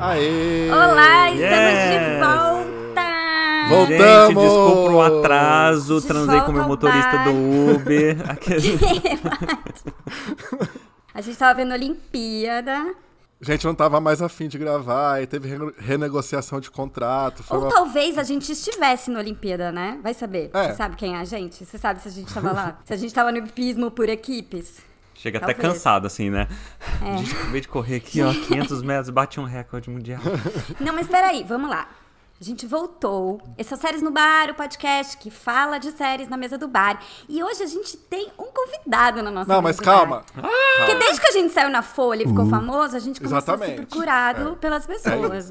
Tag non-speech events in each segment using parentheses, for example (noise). Aê! Olá, Yes! estamos de volta! Gente, Voltamos! desculpa o atraso, De transei com o meu volta ao motorista bar. do Uber. Aquele- A gente tava vendo Olimpíada. A gente não tava mais afim de gravar, aí teve reno- renegociação de contrato. Foi Ou uma... talvez a gente estivesse na Olimpíada, né? Vai saber. É. Você sabe quem é a gente? Você sabe se a gente tava lá? se a gente tava no hipismo por equipes? Chega até Talvez. É. cansado, assim, né? A gente acabei de correr aqui, ó, 500 metros, bate um recorde mundial. Não, mas peraí, vamos lá. A gente voltou. Esse é o Séries no Bar, o podcast que fala de séries na mesa do bar. E hoje a gente tem um convidado na nossa Não, mesa mas do calma. Uh. bar. Porque desde que a gente saiu na Folha e ficou famoso, a gente começou a ser Exatamente. procurado É. pelas pessoas,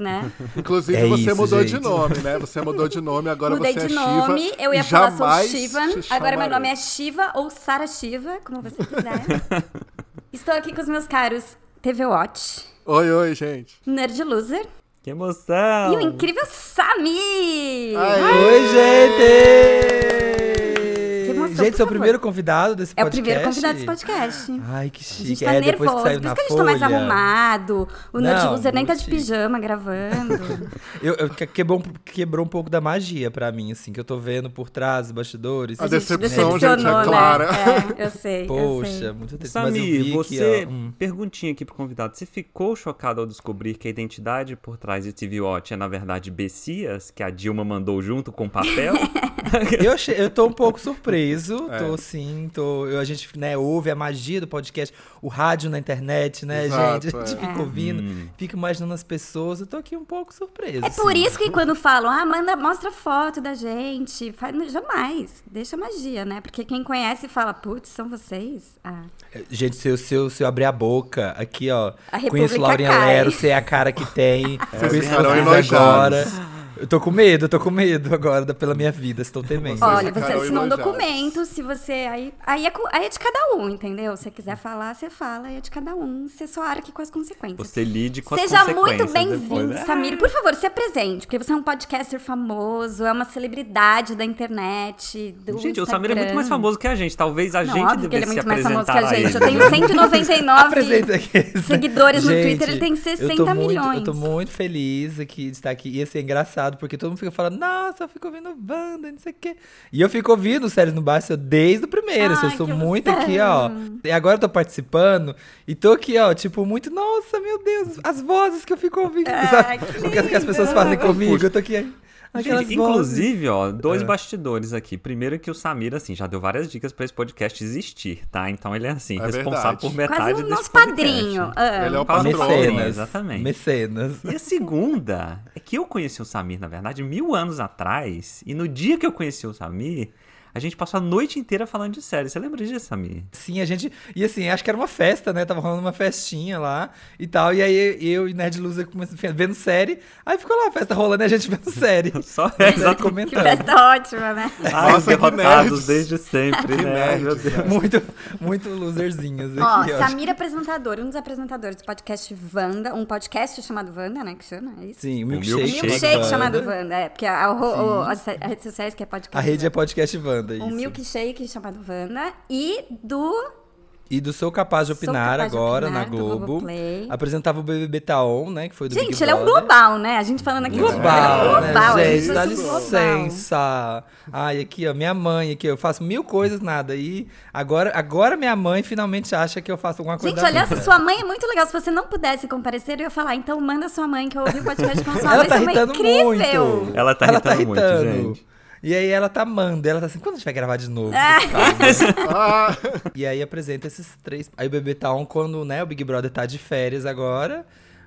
(laughs) né? Inclusive, É você isso, mudou de gente. nome, né? Você mudou de nome, agora Mudei você de é nome, Shiva. eu ia e falar sou jamais Shivan, te agora meu chamarei. nome é Shiva ou Sara Shiva, como você quiser. (laughs) Estou aqui com os meus caros TV Watch, Oi, oi, gente. Nerd Loser Que emoção! e o incrível Sami! Ah, Aê! Oi, gente! Que emoção, por gente, sou favor. o primeiro convidado desse É o podcast. primeiro convidado desse podcast. Ai, que A chique. gente tá é, depois nervoso, que por saiu isso que na a gente Folha. tá mais arrumado. O Nerd Não, Loser nem tá de muito chique. pijama gravando. Eu, eu- que- quebrou, um- quebrou um pouco da magia pra mim, assim, que eu tô vendo por trás, os bastidores. A A gente decepção, gente, é decepcionou, né? clara. É, eu sei, eu sei. Poxa, muito triste. mas eu Sami, vi você. que, ó, hum, Perguntinha aqui pro convidado. Você ficou chocado ao descobrir que a identidade por trás de TV Watch é, na verdade, Bessias, que a Dilma mandou junto com (laughs) o papel? eu, achei- eu tô um pouco surpreso, (laughs) É. tô sim, tô, eu, a gente né, ouve a magia do podcast, o rádio na internet, né, Exato, gente? A gente é. fica ouvindo, fica imaginando as pessoas, eu tô aqui um pouco surpreso. Hum. É por né? assim. isso que quando falam, ah, manda, mostra foto da gente. Faz, não, jamais. Deixa magia, né? Porque quem conhece fala, putz, são vocês? Ah. Gente, se eu, se, eu, se eu abrir a boca aqui, ó. A Conheço República Laurinha cai. Lero, sei a cara que tem. Vocês Conheço ficaram vocês agora. enojados. Eu tô com medo, eu tô com medo agora da- pela minha vida, estou temendo. Vocês Olha, você ficaram assinou um elogiados. documento, se você. Aí, aí, é, cu- aí é de cada um, entendeu? Se você quiser falar, você fala, aí é de cada um. Você só arque com as consequências. Você lide com Seja as consequências muito depois, bem-vindo, né? Samir. Por favor, se apresente, porque você é um podcaster famoso, é uma celebridade da internet. Do Gente, o Instagram. Samir é muito mais famoso que a gente. Talvez a Não, gente óbvio que ele é devesse se muito mais famoso que a apresentar gente. Eu ele. tenho 199 (laughs) Apresenta aqui. seguidores no Gente, Twitter, ele tem eu 60 tô muito- milhões. Eu tô muito feliz aqui de estar aqui. E assim, é engraçado, porque todo mundo fica falando, nossa, eu fico ouvindo banda, não sei o quê. E eu fico ouvindo séries no Baixo desde o primeiro. assim, Ai, eu sou que muito emoção. aqui, ó. E agora eu tô participando e tô aqui, ó, tipo, muito, nossa, meu Deus, as vozes que eu fico ouvindo. sabe? É, que O que as- que as pessoas fazem comigo? Eu tô aqui. Aquelas Gente, vozes. inclusive, ó, dois É. bastidores aqui. Primeiro que o Samir, assim, já deu várias dicas pra esse podcast existir, tá? Então ele é, assim, É responsável por verdade. metade Quase um desse nosso podcast. padrinho. Ah, Ele é o Quase patrão. Patrônio, Mecenas. exatamente. Mecenas. E a segunda é que eu conheci o Samir, na verdade, mil anos atrás. E no dia que eu conheci o Samir, a gente passou a noite inteira falando de série. Você lembra disso, Samir? Sim, a gente. E assim, acho que era uma festa, né? Tava rolando uma festinha lá e tal. E aí eu e Nerd Loser começamos vendo série. Aí ficou lá a festa rolando e a gente vendo (laughs) série. Só essa. Exato. (laughs) que comentando. festa ótima, né? Ai, os Nossa, que derrotados nerds. desde sempre, Que né? nerds, Meu Deus. né? Muito, muito loserzinhos Ó, aqui, ó. Samir apresentador, um dos apresentadores do podcast Wanda, um podcast chamado Wanda, né, que chama, é isso? Sim, o Um milkshake. milkshake milkshake Wanda. chamado Wanda, é, porque a, o- o- as, as redes sociais que é podcast A rede é Wanda. podcast Wanda, isso. Um milkshake chamado Wanda e do... E do Sou Capaz de Sou Opinar Capaz de agora Opinar, na do Globo. Globoplay. Apresentava o BBB Taon, né? Que foi do Gente, Big ele é um Brother. global, né? A gente falando aqui... ele Global, é global, né, a gente? gente Dá é global. licença. Ai, aqui, ó, minha mãe, aqui, eu faço mil coisas, nada. E agora, agora minha mãe finalmente acha que eu faço alguma coisa. Gente, da olha, vida. sua mãe é muito legal. Se você não pudesse comparecer, eu ia falar, então manda sua mãe, que eu ouvi o podcast com a sua Ela mãe. tá sua mãe é irritando incrível! muito. Ela tá irritando muito, gente. E aí ela tá amando, ela tá assim, quando a gente vai gravar de novo? É. Ah, E aí apresenta esses três. Aí o bebê tá on quando, né, o Big Brother tá de férias agora.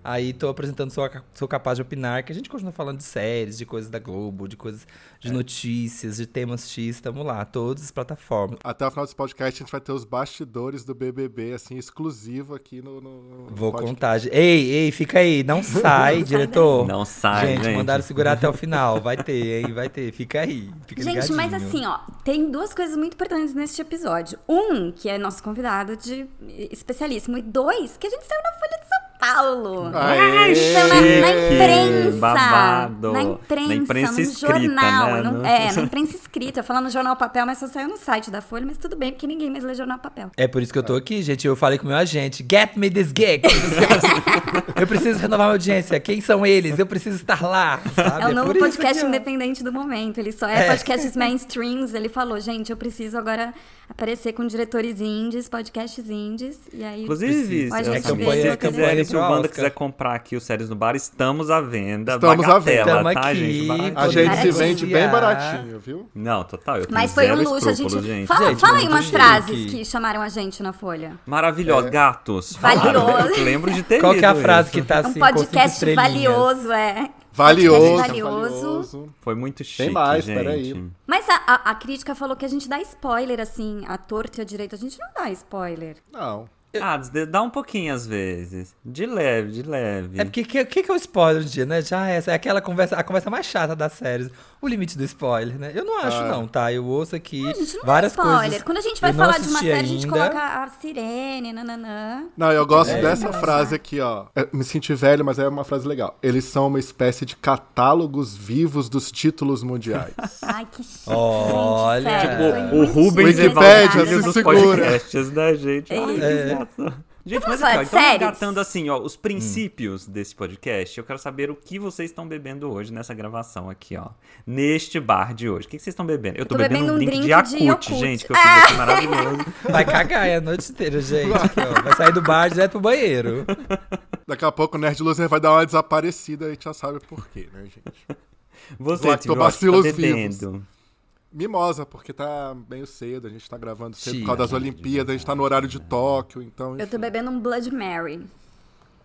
Aí tô apresentando Sou, Ca- Sou Capaz de Opinar, que a gente continua falando de séries, de coisas da Globo, de coisas É. de notícias, de temas X, tamo lá, todas as plataformas. até o final desse podcast, a gente vai ter os bastidores do BBB, assim, exclusivo aqui no, no- no Vou podcast. contar. gente. Ei, ei, fica (laughs) aí, não sai, diretor. Não sai, gente, gente. mandaram segurar até o final, vai ter, hein, vai ter, fica aí. Fica Gente, mas ligadinho. assim, ó, tem duas coisas muito importantes neste episódio. Um, que é nosso convidado de especialíssimo. E dois, que a gente saiu na Folha de São Paulo. Aê! Isso é na, na Chique, imprensa. babado. Na imprensa, Na imprensa no escrita, jornal. né? no- No- É, na imprensa escrita. Eu falo no jornal papel, mas só saiu no site da Folha, mas tudo bem, porque ninguém mais lê jornal papel. É por isso que eu tô aqui, gente. Eu falei com o meu agente: Get me this (laughs) gig! eu preciso renovar minha audiência. Quem são eles? Eu preciso estar lá. Sabe? É o por novo isso podcast que eu- independente do momento. Ele só é, É. podcasts mainstreams. Ele falou, gente, eu preciso agora aparecer com diretores indies, podcasts indies. E aí. Inclusive, Olha, se gente, vocês campanha- quiserem, campanha se o pro Wanda Oscar. quiser comprar aqui o Séries no Bar, estamos à venda. Estamos à venda. Bagatela, Tamo tá, aqui, gente? Bagatela. A gente se Baratinho. vende bem Negociar. baratinho, viu? Não, total, eu tenho Mas foi um zero luxo, a gente. escrúpulos, gente. Fala, Gente, fala aí muito umas chique. frases que chamaram a gente na Folha. Maravilhoso, gatos. Valioso. falaram, Eu lembro de ter É. Qual que é a lido frase isso. que tá É um assim? com cinco podcast estrelinhas? valioso, é. Valioso, Podcast valioso. valioso. Foi muito chique, mais, gente. peraí. Mas a, a- a crítica falou que a gente dá spoiler, assim, à torta e à direita. A gente não dá spoiler. Não. Ah, desde- dá um pouquinho às vezes. De leve, de leve. É porque o que, que, que é o spoiler hoje em dia, né? Já essa é aquela conversa, a conversa mais chata das séries. O limite do spoiler, né? Eu não acho, não, tá? Eu ouço aqui A gente não várias dá spoiler. coisas. Quando a gente vai eu não falar de uma assisti série, a gente ainda. coloca a sirene, nananã. Não, eu gosto dessa frase aqui, ó. Eu me senti velho, mas é uma frase legal. Eles são uma espécie de catálogos vivos dos títulos mundiais. Ai, que chique. Olha. gente, sério, Tipo, foi O muito Rubens chique. Wikipédia, Evaldo se dos segura. podcasts da gente. É Ai, que engraçado. Gente, mas falar aqui, ó, de então séries? engatando assim, ó, Hum. os princípios desse podcast, eu quero saber o que vocês estão bebendo hoje nessa gravação aqui, ó. Neste bar de hoje. O que, que vocês estão bebendo? Eu tô, Tô bebendo um um drink, drink de de Yakut, Yakult. gente, que (laughs) eu fiz aqui maravilhoso. Vai cagar é a noite inteira, gente. Aqui, ó. Vai sair do bar direto pro banheiro. Daqui a pouco o Nerd Loser vai dar uma desaparecida, a gente já sabe por quê, né, gente? Você, Tibio, tá Lactobacilos vivos. bebendo. Mimosa, porque tá meio cedo, a gente tá gravando cedo por Sim, causa das Olimpíadas, a gente tá no horário de Tóquio, então. Eu enfim. tô bebendo um Blood Mary.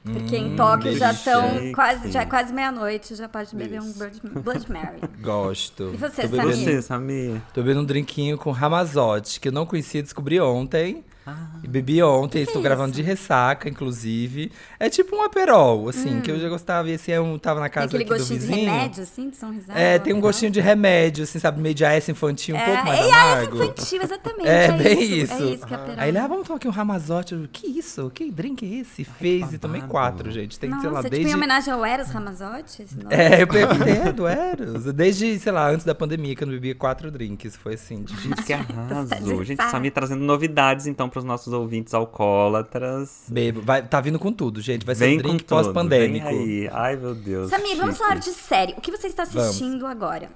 Porque em Tóquio já Hum, delícia. são quase, já é Chique. quase meia-noite, já pode beber um Blood, Blood (laughs) Mary. Gosto. E você, Tô E bebendo, Samir? Você, Samir? tô bebendo um drinquinho com Ramazotti, que eu não conhecia, descobri ontem. Ah. E bebi ontem, estou é gravando de ressaca, inclusive. É tipo um aperol, assim, que eu já gostava. E assim, eu tava na Hum. Tem casa aquele aqui do gostinho de vizinho. remédio, assim, de São Risado? É, tem um gostinho de remédio, assim, sabe? Meio de AS infantil, um pouco mais é, é amargo. infantil, exatamente. É, É, bem É isso. isso que é perola. Aí ele, ah, vamos tomar aqui um ramazote. Eu, que isso? Que drink é esse? Fez e tomei babado. quatro, gente. Tem, Nossa, sei lá, tipo desde... em homenagem ao Eros Ramazotti? esse nome? É, eu perguntei, é, do Eros. Desde, sei lá, antes da pandemia, que eu não bebia quatro drinks. Foi assim, difícil. Gente, que arraso. de Gente, farra. Samir trazendo novidades, então, pros nossos ouvintes alcoólatras. Bebo. Vai, tá vindo com tudo, gente. Vai ser Vem um com drink tudo, vem pós-pandêmico. aí. Ai, meu Deus. Samir, vamos chique. falar de série. O que você está Vamos. assistindo agora?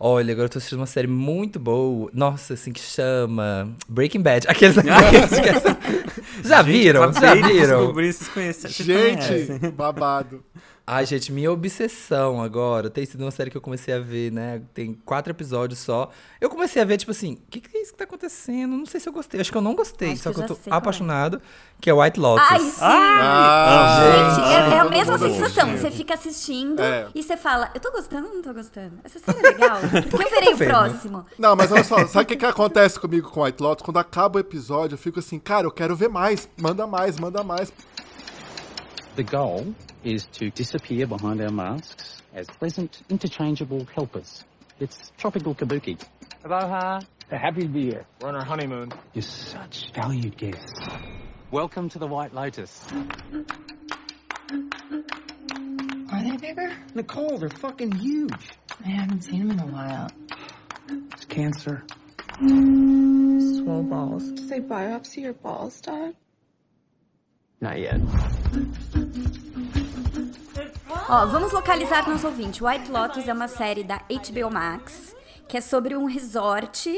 Olha, agora eu tô assistindo uma série muito boa. Nossa, assim, que chama... Breaking Bad. Aqueles... (laughs) (laughs) Já Gente, viram? Já acabei de viram? Descobrir, vocês conhecem, vocês conhecem. Gente, babado. Ai, gente, minha obsessão agora tem sido uma série que eu comecei a ver, né? Tem quatro episódios só. Eu comecei a ver, tipo assim, o que, que é isso que tá acontecendo? Não sei se eu gostei. Acho que eu não gostei, Acho só que que eu eu já tô sei qual é. apaixonado, que é White Lotus. Ai, sim! Ah, Gente, gente, é, é a Ah, todo mesma mundo sensação. assistindo. Você fica assistindo É. e você fala, eu tô gostando ou não tô gostando? Essa série é (laughs) legal? Porque eu verei o tá vendo? próximo. Não, mas olha só, sabe o que, que acontece comigo com White Lotus? Quando acaba o episódio, eu fico assim, cara, eu quero ver mais, manda mais, manda mais. The goal is to disappear behind our masks as pleasant, interchangeable helpers. It's tropical kabuki. Aloha. Happy to be here. We're on our honeymoon. You're such valued guests. Welcome to the White Lotus. Are they bigger? Nicole, they're fucking huge. I haven't seen them in a while. It's cancer. Swole balls. Did they biopsy your balls, Dad? Not yet. Ó, vamos localizar nosso ouvinte. White Lotus é uma série da HBO Max, que é sobre um resort.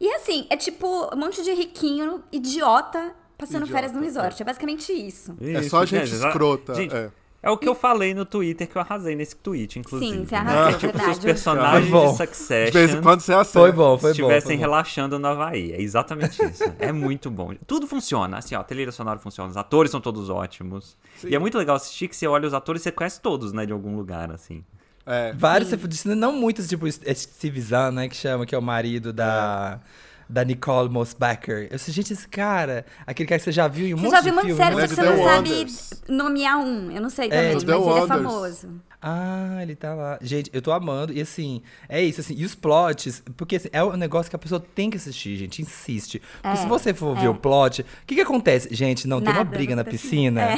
E assim, é tipo um monte de riquinho, idiota, passando férias no resort. É basicamente isso. É só gente exa- escrota, Gente, é. é. o que eu falei no Twitter, que eu arrasei nesse tweet, inclusive. Sim, você arrasou, É tipo verdade. se os personagens Foi bom. de Succession De vez em quando você acerta. Foi bom, foi bom. estivessem foi bom. relaxando na Havaí. É exatamente isso. é muito bom. Tudo funciona. Assim, ó, a trilha sonora funciona, os atores são todos ótimos. E é muito legal assistir que você olha os atores e você conhece todos, né, de algum lugar, assim. É. Vários, você- não muitos, tipo, é Steve Zahn, né, que chama, que é o marido da... da Nicole Mosbacher. Eu disse, gente, esse cara, aquele cara que você já viu em um Você monte já de viu um monte de filme, série, um só monte que de você The não coisa. sabe Wonders. nomear um. Eu não sei É, também, The mas ele é Wonders. famoso. Ah, ele tá lá. Gente, eu tô amando. E assim, é isso, assim. E os plots, porque assim, é um negócio que a pessoa tem que assistir, gente. Insiste. Porque É, se você for ver é. o plot, o que que acontece? Gente, não, tem uma Nada, briga não na tá- piscina, É.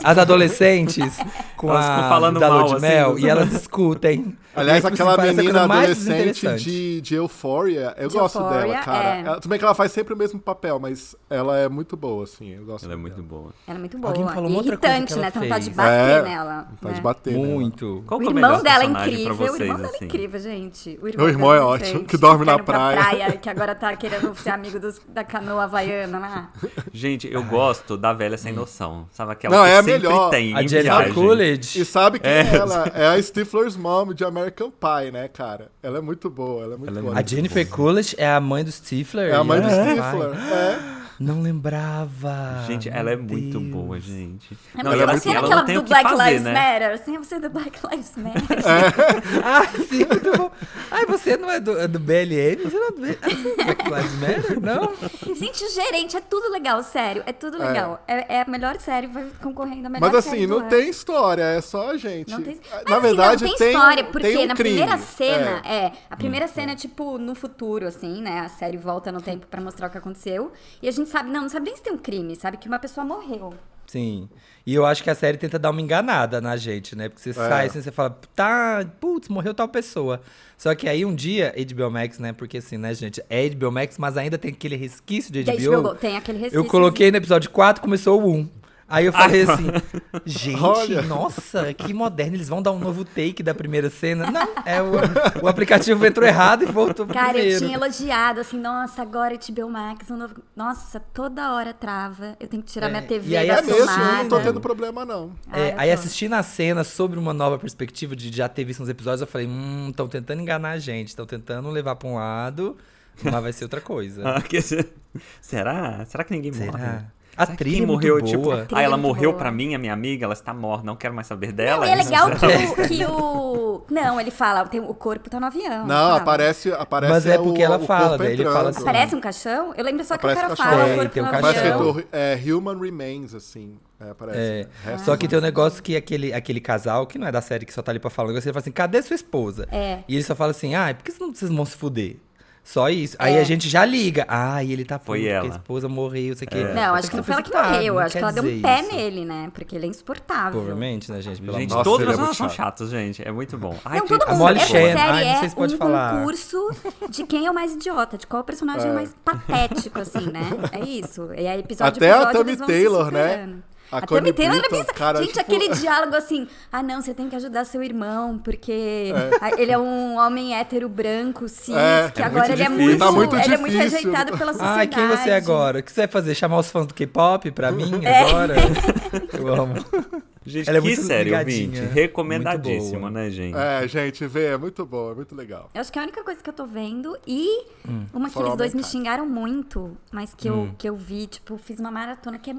(laughs) As adolescentes com Elas ficam a falando da mal, Lua de assim, Mel dos- e elas discutem. (laughs) Aliás, E aí, tipo, aquela assim, parece a menina coisa mais adolescente desinteressante. de, de Euphoria, eu De gosto dela, Euphoria, cara. é. Ela- tudo bem que ela faz sempre o mesmo papel, mas ela é muito boa, assim. Eu gosto Ela é muito dela. boa. Ela é muito boa. Alguém me falou e uma outra coisa irritante, que ela né? Você não pode fez. bater É, nela. Pode né? bater. nela. Muito. Qual O que é irmão melhor dela é personagem pra incrível, o irmão vocês, dela é assim? incrível, gente. O Meu irmão é dela ótimo, gente, que dorme na querendo pra praia. praia. Que agora tá querendo ser amigo dos- da canoa havaiana lá. Gente, eu gosto da velha sem noção. Sabe aquela Não, que é a sempre melhor. tem A em Jennifer viagem. Coolidge. E sabe quem é, É. ela? É a Stifler's Mom de American Pie, né, cara? Ela é muito boa, ela é muito Ela é boa. A muito Jennifer Coolidge é a mãe do Stifler. É a mãe do e ela é pai. Stifler. É. Não lembrava. Gente, Ah, Meu ela é muito Deus. boa, gente. É Não, muito e ela, bom. assim, Você é ela aquela não tem do o que Black fazer, Lives né? Matter. Você é você do Black Lives Matter. Ah, sim, muito bom. Ai, você não é do, é do BLN? Você não é do Black Lives Matter? Não? Gente, gerente, é tudo legal, sério. É tudo legal. É, é a melhor série, vai concorrendo a melhor Mas série assim, do não ano. tem história, é só a gente. é Não tem... Mas, Na assim, verdade, não tem, tem, história, porque tem um na crime. primeira cena, É. é, a primeira cena é tipo no futuro, assim, né? A série volta no tempo pra mostrar o que aconteceu. E a gente sabe, não, não sabe nem se tem um crime, sabe que uma pessoa morreu. Sim. E eu acho que a série tenta dar uma enganada na gente, né? Porque você sai assim, você fala, tá, putz, morreu tal pessoa. Só que aí um dia, HBO Max, né? Porque assim, né, gente? É HBO Max, mas ainda tem aquele resquício de E aí, HBO. tipo, tem aquele resquício. assim. Eu coloquei no episódio 4, começou o 1. Aí eu falei assim, gente, Olha. nossa, que moderno, eles vão dar um novo take da primeira cena. Não, é o, o aplicativo entrou errado e voltou pro Cara, eu primeiro. tinha elogiado, assim, nossa, agora HBO Max, um novo... Nossa, toda hora trava, eu tenho que tirar É, minha e TV aí da É Essa mesmo, eu não tô tomada. tendo problema, não. É, Ah, aí eu tô. assistindo a cena sobre uma nova perspectiva de já ter visto uns episódios, eu falei, hum, estão tentando enganar a gente, estão tentando levar pra um lado, mas vai ser outra coisa. (laughs) (laughs) Ah, que- Será? Será que ninguém morre? Será? A Será que atriz quem é morreu, muito tipo, boa. ah, ela Atriz morreu boa. pra mim, a minha amiga, ela está morta, não quero mais saber Não, dela. e é legal Isso. que o, que o... Não, ele fala, tem- o corpo tá no avião. Não, fala. aparece, aparece Mas é porque o- ela o fala, corpo daí ele entrando. fala assim, Aparece um caixão? Eu lembro só que Aparece um o cara caixão. fala, É, o corpo tem um no caixão. Parece que avião. eu tô- é, Human Remains, assim. É, parece. É. Resta- Só que tem um negócio que aquele, aquele casal, que não é da série que só tá ali pra falar um negócio, ele fala assim, cadê sua esposa? É. E ele só fala assim, ah, por que vocês não vocês vão se fuder? Só isso. É. Aí a gente já liga. Ah, e ele tá Foi puto, porque ela. É. a esposa morreu, isso aqui. Não, acho que não foi ela que "Ah, morreu. Acho que ela deu um pé nele, né? Porque ele é insuportável. Provavelmente, né, gente? Pelo Gente, amor de todos ele é os muito são chato. chatos, gente. É muito bom. Ai, Não, gente, todo a mundo. Molly Essa Shannon. série Ai, não é sei se pode um falar. concurso de quem é o mais idiota, de qual personagem é o mais patético, assim, né? É isso. E aí, episódio Até a episódio, Tammy eles vão se Taylor, né? superando. A A, Connie Tammy Taylor era Britton, bizarra. cara, Gente, tipo- aquele diálogo assim: ah, não, você tem que ajudar seu irmão, porque a- ele é um homem hétero branco, cis, É. que É agora muito ele é difícil. muito, Tá muito ele é muito difícil. rejeitado pela sociedade. É. Ai, quem você é agora? O que você vai fazer? Chamar os fãs do K-pop (laughs) pra mim agora? Eu amo. gente, Ela é que muito série, ligadinha. ouvinte. Muito Recomendadíssimo, boa. né, gente? É, gente, vê, é muito bom, é muito legal. Eu acho que é a única coisa que eu tô vendo. E Hum. uma que Foram eles dois me aumentados. xingaram muito, mas que, eu, que eu vi, tipo, fiz uma maratona que é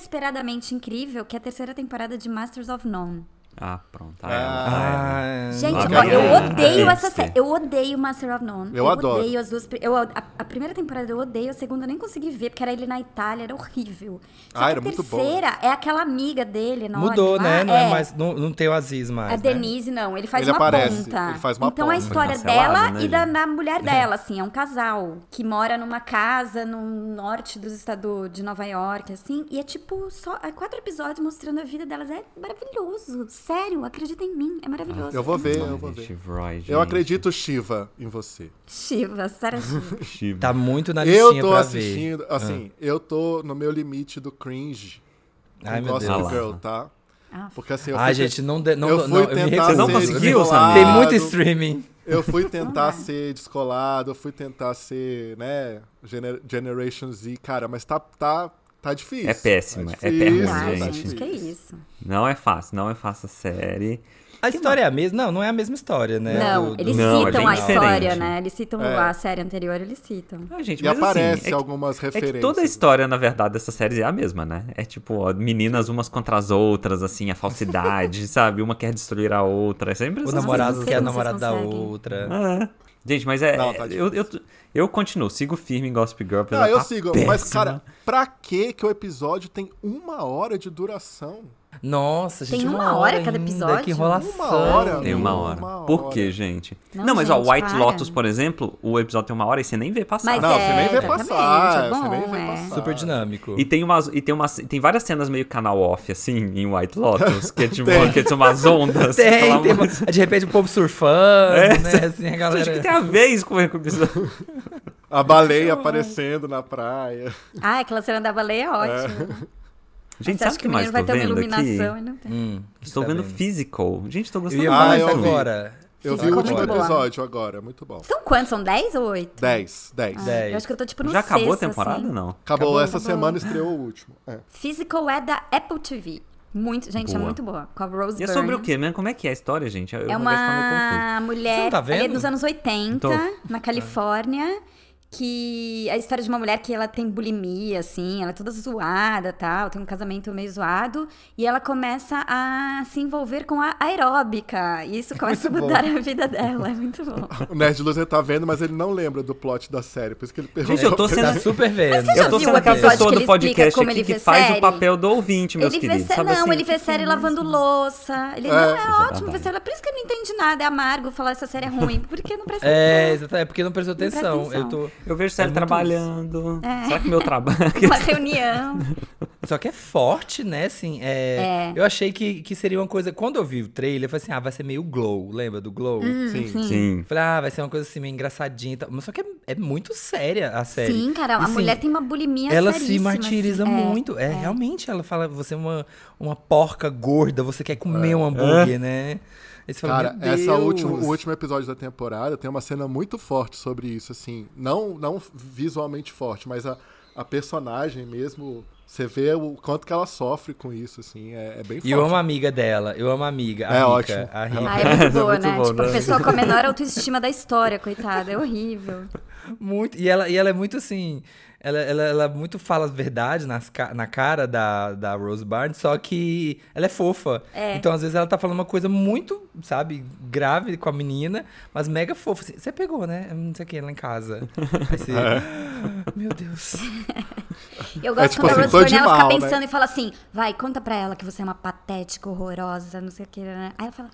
inesperadamente incrível, que é a terceira temporada de Masters of None. Ah, pronto. Ah, ela, ah, Ah, Gente, Ah, ó, eu ganhou. odeio essa Esse. série. Eu odeio Master of None. Eu adoro. odeio as duas. pri- Eu, a, a primeira temporada eu odeio, a segunda eu nem consegui ver, porque era ele na Itália, era horrível. Ah, Só que era a muito boa. terceira é aquela amiga dele, enorme Mudou, lá. né? Não é mais. Não, não tem o Aziz mais. A né? Denise, não, ele faz Ele uma aparece, ponta. ele faz uma então ponta. a história Foi cancelado, dela né, e da, gente? da mulher dela, assim, é um casal que mora numa casa no norte dos estados de Nova York, assim, e é tipo só é quatro episódios mostrando a vida delas. É maravilhoso. Sério, acredita em mim, é maravilhoso. Eu vou ver, eu vou Ai, ver. gente, Roy, gente. Eu acredito, Shiva, em você. Shiva, Sarah Shiva. Chiba. Tá muito na Eu listinha tô pra ver. Ah. assistindo, assim, eu tô no meu limite do cringe Ai, com meu Gossip Deus. Deus. Girl, tá? Porque assim, eu Ai, fui- gente, não. De, não, eu não- fui eu me tentar recuso. Você não ser conseguiu, descolado, Tem muito streaming. Eu fui (laughs) tentar dá. ser descolado, eu fui tentar ser, né, gener- Generation Z, cara, mas tá, tá, tá difícil. É péssima, Tá é péssima, difícil, Ah, gente. tá gente, que difícil. isso. Não é fácil, não é fácil a série. A história é a mesma? Não, não é a mesma história, né? não, Do- eles do- Não, é citam bem a história, diferente. né? Eles citam É. a série anterior, eles citam. Ah, gente, E mas aparece assim, é que- algumas É referências. né? que toda a história, na verdade, dessa série é a mesma, né? É tipo, ó, meninas umas contra as outras, assim, a (laughs) falsidade, sabe? Uma quer destruir a outra. É sempre O essas namorado Vocês que é não namorado da conseguem. outra. coisas. É. Gente, mas é. Não, tá eu, eu, eu continuo, sigo firme em Gossip Girl. apesar Ah, eu de tá sigo. Mas, péssima. cara, pra que que o episódio tem uma hora de duração? Nossa, gente, Tem uma hora cada ainda, episódio? Que enrolação. Uma hora? Tem uma hora. Uma Por hora. quê, gente? Não, Não, mas ó, gente, White para. Lotus, por exemplo, o episódio tem uma hora e você nem vê passar. Mas é Não, você nem vê exatamente, passar. é você nem bom, vê é. passar. Super dinâmico. E tem umas, e tem umas, tem várias cenas meio canal off assim em White Lotus, que é (laughs) tipo, Tem. que são umas ondas. pelo Tem, amor tem. de- De repente o povo surfando, É, né? Assim, a galera. Gente, o que tá- tem a ver isso com com o episódio? A baleia aparecendo na praia. Ah, aquela cena da baleia é ótima. Gente, Você sabe acha o que que o mais menino vai tô ter uma vendo aqui? iluminação e não tem. Hum, Estou tá vendo vendo? Physical. Gente, estou Eu gostando ia Ah, falar eu isso vi. agora. Eu vi Sim, o ficou último muito boa. episódio agora, muito bom. São quantos? São 10 ou 8? 10, 10. Dez. Eu acho que eu tô tipo no É, Já acabou a sexto, temporada assim. ou não? Acabou, Acabou, essa semana estreou o último. É. Physical é da Apple TV. Muito, gente, é Boa. muito boa. Com a Rose E é sobre o Byrne. quê mesmo? Como é que é a história, gente? Eu, eu É vou tá gastar meio confuso. uma Você não mulher tá ali vendo? dos anos 80, Tô. Ah. na Califórnia, que a história de uma mulher que ela tem bulimia, assim, ela é toda zoada tal, tem um casamento meio zoado, e ela começa a se envolver com a aeróbica. E (laughs) isso começa a Muito bom. mudar a vida dela. É muito bom. O Nerd Luz ele tá vendo, mas ele não lembra do plot da série, por isso que ele perguntou. Gente, eu tô Tá sendo. super vendo. Você já Eu tô viu sendo o aquela episódio pessoa que do ele podcast explica como aqui ele que vê faz série? o papel do ouvinte, meus Ele vê queridos. série, Sabe não, assim? ele vê série lavando louça. Ele não é Isso dá ótimo, vê trabalho. série. Por isso que eu não entendi nada. É amargo falar essa série é ruim, porque não presta É, atenção. exatamente. É porque não prestou presta atenção. atenção. Eu tô. Eu vejo série É muito trabalhando. É. Será que meu (laughs) trabalho. Uma reunião. Só que é forte, né? Assim, É. é... Eu achei que, que seria uma coisa. Quando eu vi o trailer, eu falei assim: ah, vai ser meio glow. Lembra do glow? Uhum, Sim. Sim. Falei, ah, vai ser uma coisa assim meio engraçadinha e tal. Mas só que é, é muito séria a série. Sim, cara, a Assim, mulher tem uma bulimia Ela se é seríssima, martiriza assim. É. muito. É, realmente, ela fala, você é uma, uma porca gorda, você quer comer um hambúrguer, né? Aí você fala, (laughs) É. Cara, "Meu essa Deus." última, o último episódio da temporada tem uma cena muito forte sobre isso, assim. Não, não visualmente forte, mas a, a personagem mesmo. Você vê o quanto que ela sofre com isso, assim. É, é bem E eu amo forte. a amiga dela, eu amo a amiga. A É Rika, ótimo. A Rika. Ah, é muito boa, muito né? bom, tipo, a né? pessoa com a menor autoestima da história, coitada. É horrível. (laughs) Muito. E ela, e ela é muito assim. Ela, ela, ela muito fala as verdades nas, ca- na cara da, da Rose Barnes, só que ela é fofa. É. Então, às vezes, ela tá falando uma coisa muito, sabe, grave com a menina, mas mega fofa. assim, Você pegou, né? Não sei o que, lá em (laughs) casa. Aí É. você, "Ah, Meu Deus. Eu gosto tipo quando assim, a Rose tô Byrne, de ela fica mal, né? pensando e fala assim, vai, conta pra ela que você é uma patética, horrorosa, não sei o que. né? Aí ela fala,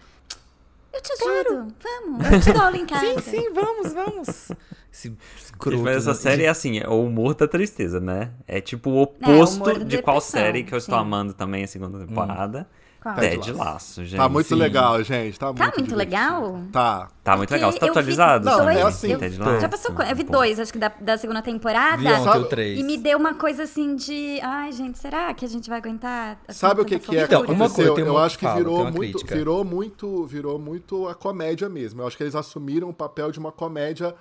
eu te ajudo, vamos, eu te dou aula em casa. sim, sim, vamos, vamos. Esse escroto, Gente, mas essa né? série é assim, é o humor da tristeza, né? É tipo o É, o oposto humor da de qual depressão, série que eu estou sim. amando também a segunda temporada. Qual? Ted Laço, gente. Tá muito Sim. legal, gente. Tá, Tá muito divertido. legal? Tá. Tá muito Porque legal. Você eu tá vi atualizado? dois- também? Não, é assim, eu- Ted Já Laço? passou, qu- eu vi Bom. dois, acho que da, da segunda temporada. Vi ontem Sabe- o três. E me deu uma coisa assim de, ai gente, será que a gente vai aguentar? assim, Sabe o que, tanta que é Então, que uma aconteceu? coisa, eu tenho eu uma- acho que fala, tem virou uma muito, crítica. virou muito, virou muito a comédia mesmo. Eu acho que eles assumiram o papel de uma comédia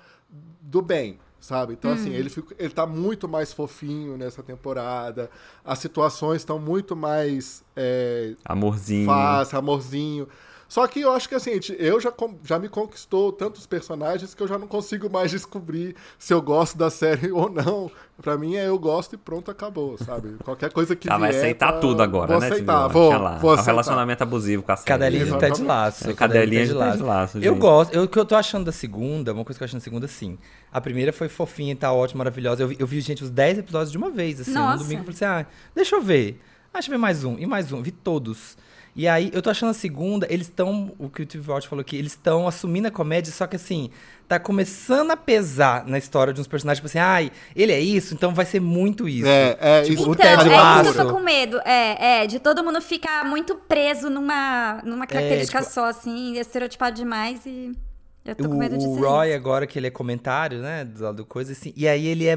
do bem, sabe? Então assim, ele fica, ele tá muito mais fofinho nessa temporada. As situações estão muito mais é, Amorzinho. fácil, amorzinho. Só que eu acho que assim, gente, eu já, con- já me conquistou tantos personagens que eu já não consigo mais descobrir se eu gosto da série (laughs) ou não. Pra mim é eu gosto e pronto, acabou, sabe? Qualquer coisa que Ela vai vier, aceitar tá- tudo agora, vou né? Aceitar, Tibila? vou, Deixa vou lá. É um aceitar. relacionamento abusivo com a série. Cadelinha de Exato. Ted Lasso. É, cadelinha de de Ted Lasso, Eu gente. gosto. Eu, o que eu tô achando da segunda, uma coisa que eu acho da segunda, sim. A primeira foi fofinha, tá ótima, maravilhosa. Eu vi, eu vi, gente, os 10 episódios de uma vez, assim. Um Nossa. domingo eu falei assim, ah, deixa eu ver. Ah, deixa eu ver mais um, e mais um. Vi todos. E aí, eu tô achando a segunda, eles estão. O que o TV Watch falou aqui, eles estão assumindo a comédia, só que assim, tá começando a pesar na história de uns personagens, tipo assim, ai, ele é isso, então vai ser muito isso. É, é, Tipo, isso- o Então, Ted é isso que eu Lasso. tô com medo. É, é, de todo mundo ficar muito preso numa, numa característica tipo- só, assim, estereotipado demais e. Eu tô com O, medo de o ser. Roy, isso. agora que ele é comentário, né? Do lado do coisa, assim. E aí ele é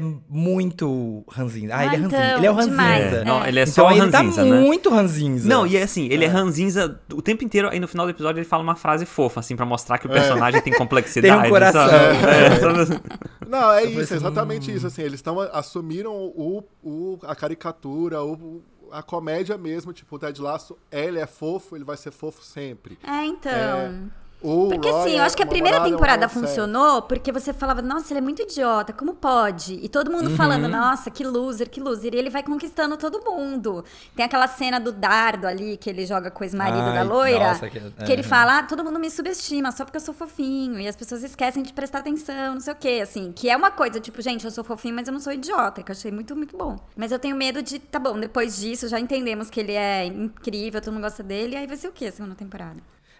muito ranzinho. Ah, ele é Ah, ranzinho. então, ele é o demais. ranzinza. É, não, ele é então só ele ranzinza, tá né? muito ranzinza. Não, e é assim, ele é. ranzinza o tempo inteiro, aí no final do episódio ele fala uma frase fofa, assim, pra mostrar que o personagem tem complexidade. Tem um coração. sabe? É, sabe? Não, é isso, assim, é "Hum." exatamente isso. Assim, eles estão assumiram o, o- a caricatura, o- a comédia mesmo, tipo, o Ted Lasso, ele é fofo, ele vai ser fofo sempre. É, então. O Porque Roy assim, eu é acho que a uma primeira namorada, é uma temporada boa série. funcionou porque você falava, nossa, ele é muito idiota, como pode? E todo mundo falando, nossa, que loser, que loser. E ele vai conquistando todo mundo. Tem aquela cena do dardo ali que ele joga com o ex-marido Ai, da loira. nossa, que- que, é. ele fala, ah, todo mundo me subestima só porque eu sou fofinho. E as pessoas esquecem de prestar atenção, não sei o quê, assim. Que é uma coisa, tipo, gente, eu sou fofinho, mas eu não sou idiota, que eu achei muito, muito bom. Mas eu tenho medo de, tá bom, depois disso já entendemos que ele é incrível, todo mundo gosta dele. E aí vai ser o quê a segunda temporada?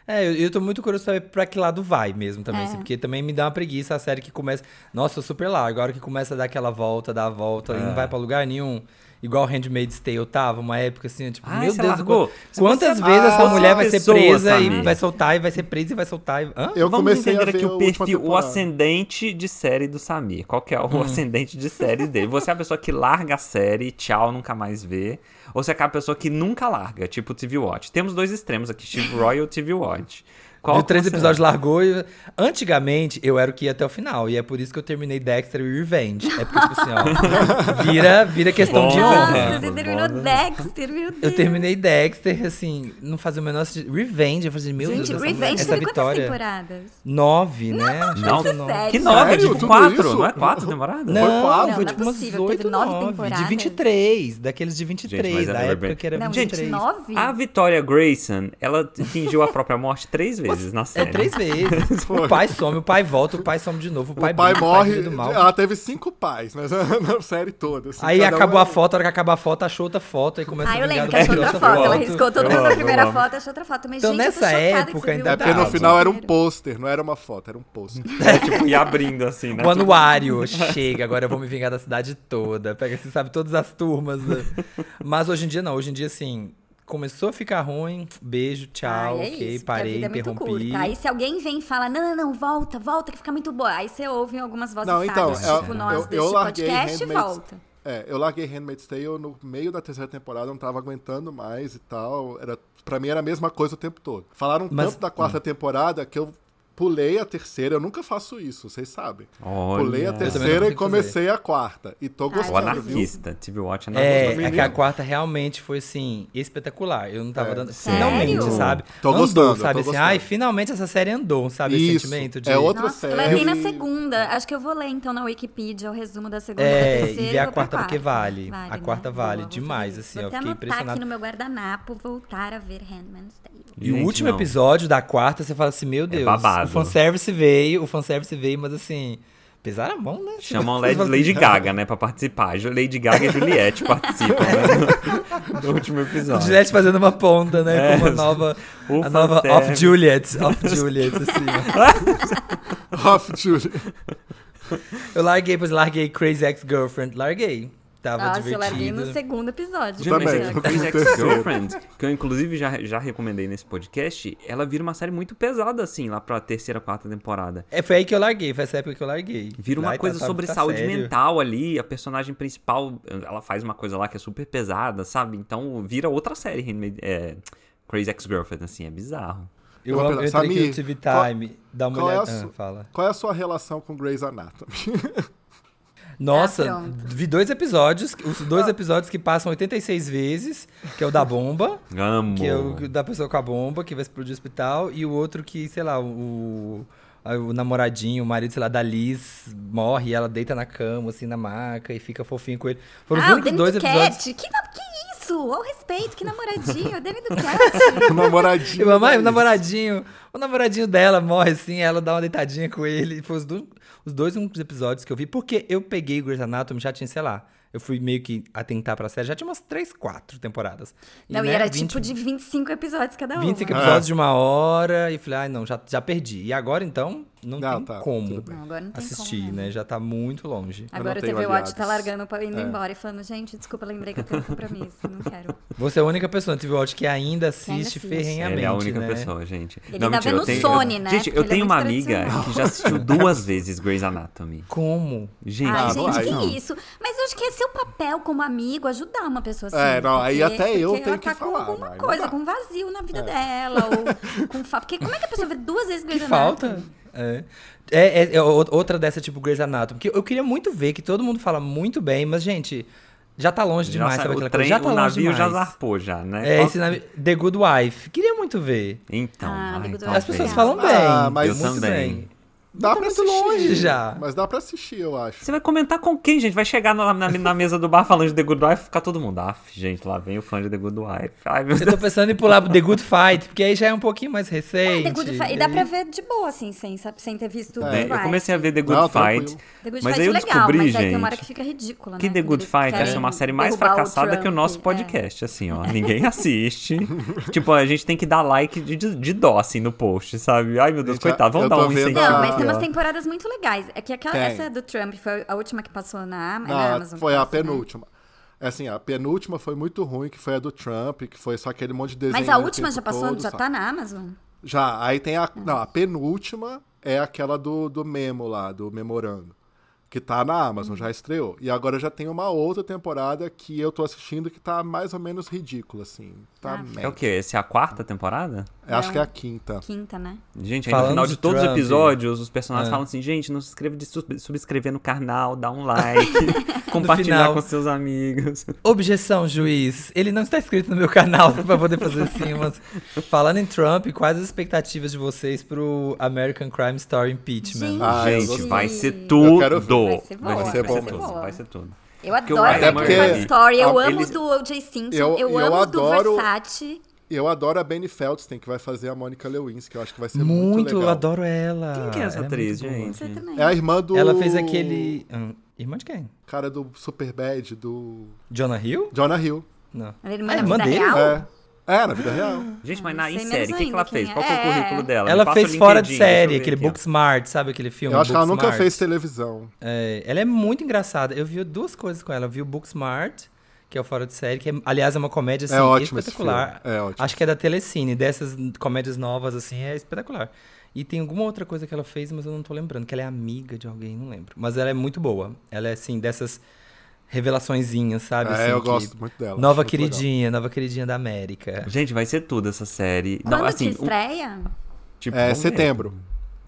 É, eu, eu tô muito curioso pra ver pra que lado vai mesmo também, É. assim, porque também me dá uma preguiça a série que começa. Nossa, eu super largo. A hora que começa a dar aquela volta, dar a volta É. e não vai pra lugar nenhum. Igual Handmaid's Tale tava, uma época assim, tipo, Ai, meu você Deus, largou. qu- Se quantas você- vezes Ah, essa você é mulher uma vai ser pessoa, presa e Samir. vai soltar, e vai ser presa e vai soltar. E... Hã? Eu Vamos comecei a entender ver aqui a o última perfil, o temporada. Hum. ascendente de série do Samir. Qual que é o ascendente de série dele? Você é a pessoa que larga a série, tchau, nunca mais vê. Ou você é aquela pessoa que nunca larga, tipo TV Watch. Temos dois extremos aqui, Steve Royal e TV Watch. Qual Viu que três você é? episódios, largou e... Antigamente, eu era o que ia até o final. E é por isso que eu terminei Dexter e Revenge. É porque, tipo assim, (laughs) ó... Vira, vira questão de Bom honra. exemplo. Nossa, você terminou Bom, né? Dexter, meu Deus. Eu terminei Dexter, assim, não fazia o menor sentido. Revenge, eu falei, meu Deus, Gente, essa, Revenge essa teve quantas vitória. temporadas? Nove, né? Não, Isso é sério. que nove, eu Sério? digo Tudo quatro, isso? não é quatro temporadas? Não, foi, quatro? Não, não é tipo umas possível, teve oito, nove nove. De temporadas. 23, daqueles de 23, Gente, mas da é época Revenge. que era Não, 23. gente, nove? Ah, A Victoria Grayson, ela fingiu a própria morte três vezes na É série. (laughs) três vezes. o pai some, o pai volta, o pai some de novo, o pai, o pai brinca, o pai morre. vira do ah, mal. Ela teve cinco pais né, (laughs) na série toda. assim, Aí cada um acabou é a um. foto, a hora que acaba a foto, achou outra foto, aí começa Ah, a eu brigar lembro que achou do outra outro, foto. Ela outro. riscou todo Eu mundo na amo, eu primeira amo. foto, achou outra foto. Mas, Então, gente, eu tô nessa chocada época, que você viu ainda É porque no Dexter. final era um pôster, não era uma foto, era um pôster. Uhum. É, tipo, e abrindo assim, né? (laughs) O anuário chega, agora eu vou me vingar da cidade toda. Pega, você sabe, todas as turmas. né? Mas hoje em dia não, hoje em dia assim, começou a ficar ruim, beijo, tchau, Ai, é ok, isso, porque a parei, vida é muito interrompi. curta. Aí se alguém vem e fala, não, não, não, volta, volta, que fica muito boa. Aí você ouve em algumas vozes Não, então, sábias, eu- tipo nós, eu- deste eu larguei podcast e Handmaid's- volta. É, eu larguei Handmaid's Tale no meio da terceira temporada, não tava aguentando mais e tal. Era, pra mim era a mesma coisa o tempo todo. Falaram Mas- hum. tanto da quarta temporada que eu pulei a terceira. Eu nunca faço isso, vocês sabem. Olha. Pulei a Eu também não terceira e consigo fazer. comecei a quarta. E tô O gostando, viu? anarquista, TV Watch É, anarquista. é que a quarta realmente foi assim, espetacular. Eu não tava dando. Sério? Finalmente, sabe? É. Tô andou, gostando, sabe? tô assim, gostando. ai, finalmente essa série andou, sabe? Esse Isso, sentimento de. é outra Nossa, eu série. larguei na segunda. Acho que eu vou ler, então, na Wikipedia o resumo da segunda É, da e terceira. ver a vou pra quarta, porque vale. A quarta vale vou fazer demais, isso. assim, vou ó, até fiquei anotar impressionado. aqui no meu guardanapo, voltar a ver Handman's Tale. E o Gente, último não. É episódio da quarta, você fala assim, meu Deus, babado. o fanservice veio, o fanservice veio, mas assim, pesaram a mão, né? Chamam Você Lady, fala assim, Lady Gaga, né, pra participar. Ju- Lady Gaga e Juliette participam (laughs) né, do último episódio. Juliette fazendo uma ponta, né? É, Como a nova, o a nova fanservice. Off Juliet, Off Juliet, assim. ó. Off, Julie. Eu larguei, pois larguei Crazy Ex-Girlfriend, larguei. Tava Nossa, divertido. eu larguei no segundo episódio. Também. Juliette. Eu Crazy vi no terceiro. Ex-Girlfriend, que eu inclusive já, já recomendei nesse podcast, ela vira uma série muito pesada, assim, lá pra terceira, quarta temporada. É, foi aí que eu larguei, foi essa época que eu larguei. Vira uma Ai, tá- coisa tá- sobre tá saúde sério. mental ali, a personagem principal, ela faz uma coisa lá que é super pesada, sabe? Então vira outra série, Handmaid- é, Crazy Ex-Girlfriend, assim, é bizarro. Eu, Uma amo- eu pena. entrei aqui no Samir, TV qual- Time, dá uma qual é a olhada. Ah, su- fala. Qual é a sua relação com Grey's Anatomy? Nossa, Ah, pronto. vi dois episódios, os dois episódios que passam 86 vezes, que é (laughs) o da bomba, Amo. que é o que- da pessoa com a bomba que vai explodir o hospital, e o outro que, sei lá, o, a- o namoradinho, o marido, sei lá, da Liz morre, e ela deita na cama, assim, na maca, e fica fofinho com ele. Foram os Ah, o únicos Danny dois episódios. Duquette. Que, na- que isso? Ao respeito, que namoradinho. O Danny (laughs) Duquette. O namoradinho. né? Eu, mamãe, o dele. namoradinho, o namoradinho dela morre assim, ela dá uma deitadinha com ele. Foi os, do- os dois únicos episódios que eu vi, porque eu peguei Grey's Anatomy, já tinha, sei lá, eu fui meio que atentar pra série, já tinha umas 3, 4 temporadas. Não, né, e era 20, tipo de 25 episódios cada um. 25 É. episódios de uma hora, e falei, ai não, já, já perdi. E agora então, não, Não, tem tá, como tudo bem. Não, agora não tem assistir, como, né? Já É. tá muito longe. não Agora o tenho TV Watch tá aliados. largando pra indo embora e falando, gente, desculpa, lembrei que eu tenho um compromisso, não quero. Você é a única pessoa no TV Watch que ainda assiste assiste. ferrenhamente. Ele é a única né? pessoa, gente. Ele ainda vê eu no tenho- Sony, eu- né? Gente, Porque eu ele é tenho muito uma amiga tradicional. que já assistiu duas vezes Grey's Anatomy. Como? Gente, Ai, Ah, gente, vai, que não. isso? Mas eu acho que é seu papel como amigo ajudar uma pessoa assim. É, não, aí porque- até eu porque tenho ela tá que com falar, alguma mas não coisa, dá. É. com um vazio na vida dela, (laughs) ou com falta. Porque como é que a pessoa vê duas vezes Que Grey's falta. Anatomy? É. É, é, é, ou- outra dessa tipo Grey's Anatomy, que eu queria muito ver, que todo mundo fala muito bem, mas, gente, Já tá longe demais, já, sabe sa- aquela o, coisa? trem, Já tá o longe navio demais. já zarpou já, né? É, Qual- esse navio... The Good Wife. Queria muito ver. Então, Ah, ai, Big Brother. talvez. As pessoas falam bem. Ah, mas Eu muito também. bem. Dá pra muito assistir. longe já. Mas dá pra assistir, eu acho. Você vai comentar com quem, gente? Vai chegar na, na, na mesa do bar falando de The Good Wife e ficar todo mundo. Aff, gente, lá vem o fã de The Good Wife. Ai, meu Eu Deus. tô tá pensando em pular pro The Good Fight, porque aí já é um pouquinho mais recente. Ah, É, The Good Fight. E dá pra ver de boa, assim, sem, sabe, sem ter visto É. The né? Good Eu Fight. comecei a ver The Good Não, Fight. tranquilo. The Good mas Fight aí eu é legal, descobri, mas aí tem uma hora que gente, fica ridícula, que né? The Quando Good eles Fight é querem uma série mais derrubar o fracassada que o Trump, nosso é. podcast, assim, (laughs) ó. Ninguém assiste. tipo, a gente tem que dar like de, de, de dó, assim, no post, sabe? Ai, meu Deus, Gente, coitado, eu vamos tô dar um vendo incentivo. a- Não, mas tem Ah. umas temporadas muito legais. É que aquela, Tem. essa do Trump foi a última que passou na, Am- na Não, Amazon. foi a parece, né? penúltima. É Assim, a penúltima foi muito ruim, que foi a do Trump, que foi só aquele monte de desenho. Mas a o última tempo já passou, todo, já sabe? tá na Amazon? Já, aí tem a. Não, a penúltima é aquela do, do memo lá, do memorando. Que tá na Amazon, já estreou. E agora já tem uma outra temporada que eu tô assistindo que tá mais ou menos ridícula, assim. Tá É o merda. quê? Essa é a quarta temporada? Eu Acho Não. que é a quinta. Quinta, né? Gente, aí no Falando final de de todos Trump. os episódios, os personagens Ah. falam assim, gente, não se inscreva de sub- subscrever no canal, dá um like, (laughs) compartilhar final. com seus amigos. Objeção, juiz. Ele não está inscrito no meu canal (laughs) pra poder fazer assim, mas... Falando em Trump, quais as expectativas de vocês pro American Crime Story Impeachment? (laughs) Gente. Ah, eu gente, gostei. vai ser Eu tudo. quero ver. Vai ser bom, vai ser bom tudo, mesmo. vai ser tudo. Eu Porque o adoro Ryan The Good Murphy- Fight Story, eu Ah, amo eles- do O.J. Simpson, Eu- eu, eu amo adoro- do Versace. Eu adoro a Benny Feldstein, que vai fazer a Mônica Lewinsky. Eu acho que vai ser muito, Muito, eu legal. adoro ela. é Quem que é essa Ela atriz, Ah, muito boa. gente? Você também. É a irmã do. Ela fez aquele... Hum, irmã de quem? Cara do Superbad, do. Jonah Hill? Jonah Hill. Não. Ela é Ah, irmã da irmã vida dele? real? É. É, na vida real. Gente, mas na Hum, sei em menos série, o que, que ainda ela quem fez? é. Qual que é o É. currículo dela? Me Ela passa o fez fora de LinkedIn, deixa eu série, ver aquele aqui, ó. Booksmart, sabe aquele filme? Eu acho que ela nunca Booksmart? fez televisão. É, ela é muito engraçada. Eu vi duas coisas com ela. Eu vi o Booksmart, que é o Fora de Série, que é, aliás é uma comédia assim, É ótimo esse espetacular. filme. É ótimo. Acho que é da Telecine. Dessas comédias novas, assim, é espetacular. E tem alguma outra coisa que ela fez, mas eu não tô lembrando. Que ela é amiga de alguém, não lembro. Mas ela é muito boa. Ela é, assim, dessas revelaçõezinhas, sabe? É, assim, eu que- gosto muito dela. acho Nova muito legal. queridinha, nova queridinha da América. Gente, vai ser tudo essa série. Quando não, assim, que estreia? o- tipo, É, vamos ver. setembro.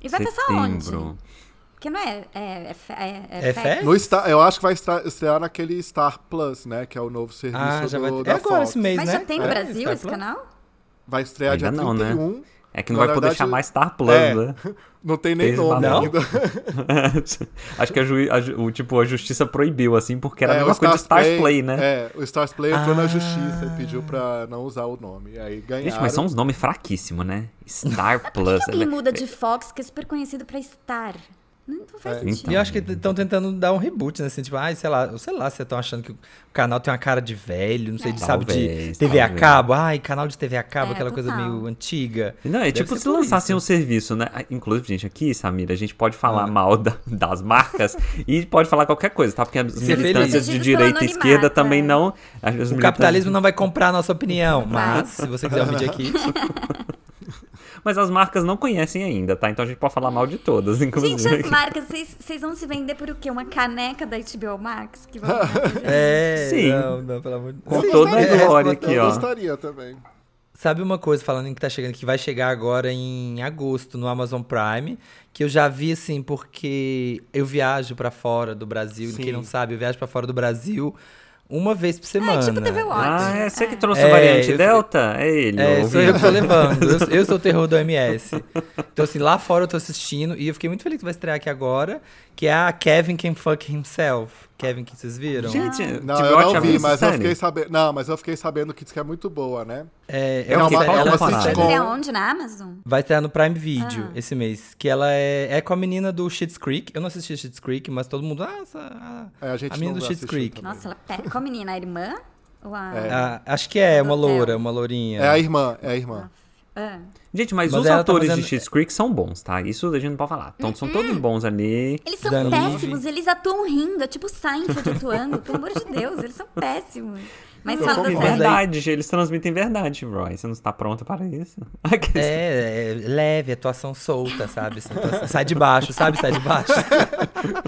E vai passar Setembro. onde? Porque não é... É, é, fe- é, É fe- fé? No Star, eu acho que vai estra- estrear naquele Star Plus, né? Que é o novo serviço Ah, já do, vai. da É agora Fox. esse mês, Mas né? já tem no É, Brasil Star esse Plus? canal? Vai estrear Ainda dia não, né? 31. É que não Na vai verdade, poder chamar Star Plus, é. né? (laughs) Não tem nem Fez nome balão. ainda. Acho que a, ju- a ju- o, tipo, a justiça proibiu, assim, porque era a É, mesma coisa de Stars Play, né? É, o Stars Play entrou Ah. na justiça e pediu pra não usar o nome. Aí ganharam. Gente, mas são uns nomes fraquíssimos, né? Star Por Plus. que alguém muda de Fox, que é super conhecido pra Star? Não não faz É. sentido. E eu acho que estão tentando dar um reboot, né? Assim, tipo, ai, sei lá, sei lá, vocês estão achando que o canal tem uma cara de velho, não sei, de, sabe, de Talvez, TV a talvez. cabo. Ai, canal de TV a cabo, É, aquela coisa total. meio antiga. Não, é Deve tipo ser se por lançassem isso. um serviço, né? Ah, Inclusive, gente, aqui, Samira, a gente pode Ah. falar mal da- das (laughs) marcas e pode falar qualquer coisa, tá? Porque as militâncias de protegidos direita e pelo esquerda anonimato, também é. não. as O militantes- capitalismo não vai comprar a nossa opinião, Vai. mas se você quiser um (laughs) vídeo aqui, Mas as marcas não conhecem ainda, tá? Então a gente pode falar mal de todas, (laughs) inclusive. Gente, as marcas, vocês vocês vão se vender por o quê? Uma caneca da HBO Max? (laughs) Que vão... é, Sim. não, não, pelo amor de Com Sim, toda a é, gostaria, glória eu aqui, ó. gostaria também. Sabe uma coisa, falando em que tá chegando, que vai chegar agora em agosto no Amazon Prime, que eu já vi assim, porque eu viajo pra fora do Brasil, e quem não sabe, eu vijo pra fora do Brasil uma vez por semana. É tipo TV Watch. Ah, é você que trouxe É, a variante eu- Delta? É ele. É, ó, sou eu que tô ouvindo. levando. Eu, eu sou o terror do MS. Então, assim, lá fora eu tô assistindo e eu fiquei muito feliz que vai estrear aqui agora, que é a Kevin Can Fuck Himself. Kevin, que vocês viram? Gente, Não, TV eu Watch é não vi, muito mas eu sério. fiquei sabendo. Não, mas eu fiquei sabendo que diz que é muito boa, né? É, É uma- série- qual ela temporada? série- Vai ver com- aonde? Na Amazon? Vai estar no Prime Video Ah. esse mês, que ela é, é com a menina do Schitt's Creek. Eu não assisti Schitt's Creek, mas todo mundo... Ah, essa, a, É, a gente menina não do Schitt's assistiu Creek. também. Nossa, ela pera, qual menina? A irmã? Ou a... É. Ah, acho que é, uma Do hotel. loura, uma lourinha. É a irmã, é a irmã. Ah. Gente, mas, Mas os ela tá atores fazendo- de Schitt's Creek são bons, tá? Isso a gente não pode falar. Então, Uhum. são todos bons ali. Eles são Dani. péssimos, eles atuam rindo, é tipo Seinfeld atuando, pelo amor de Deus, eles são péssimos. Mas Eu fala da concordo. série. Verdade, eles transmitem verdade, Roy. Você não está pronta para isso? (laughs) Aqueles- É, é leve, atuação solta, sabe? Assim, atuação- Sai de baixo, sabe? Sai de baixo. (laughs)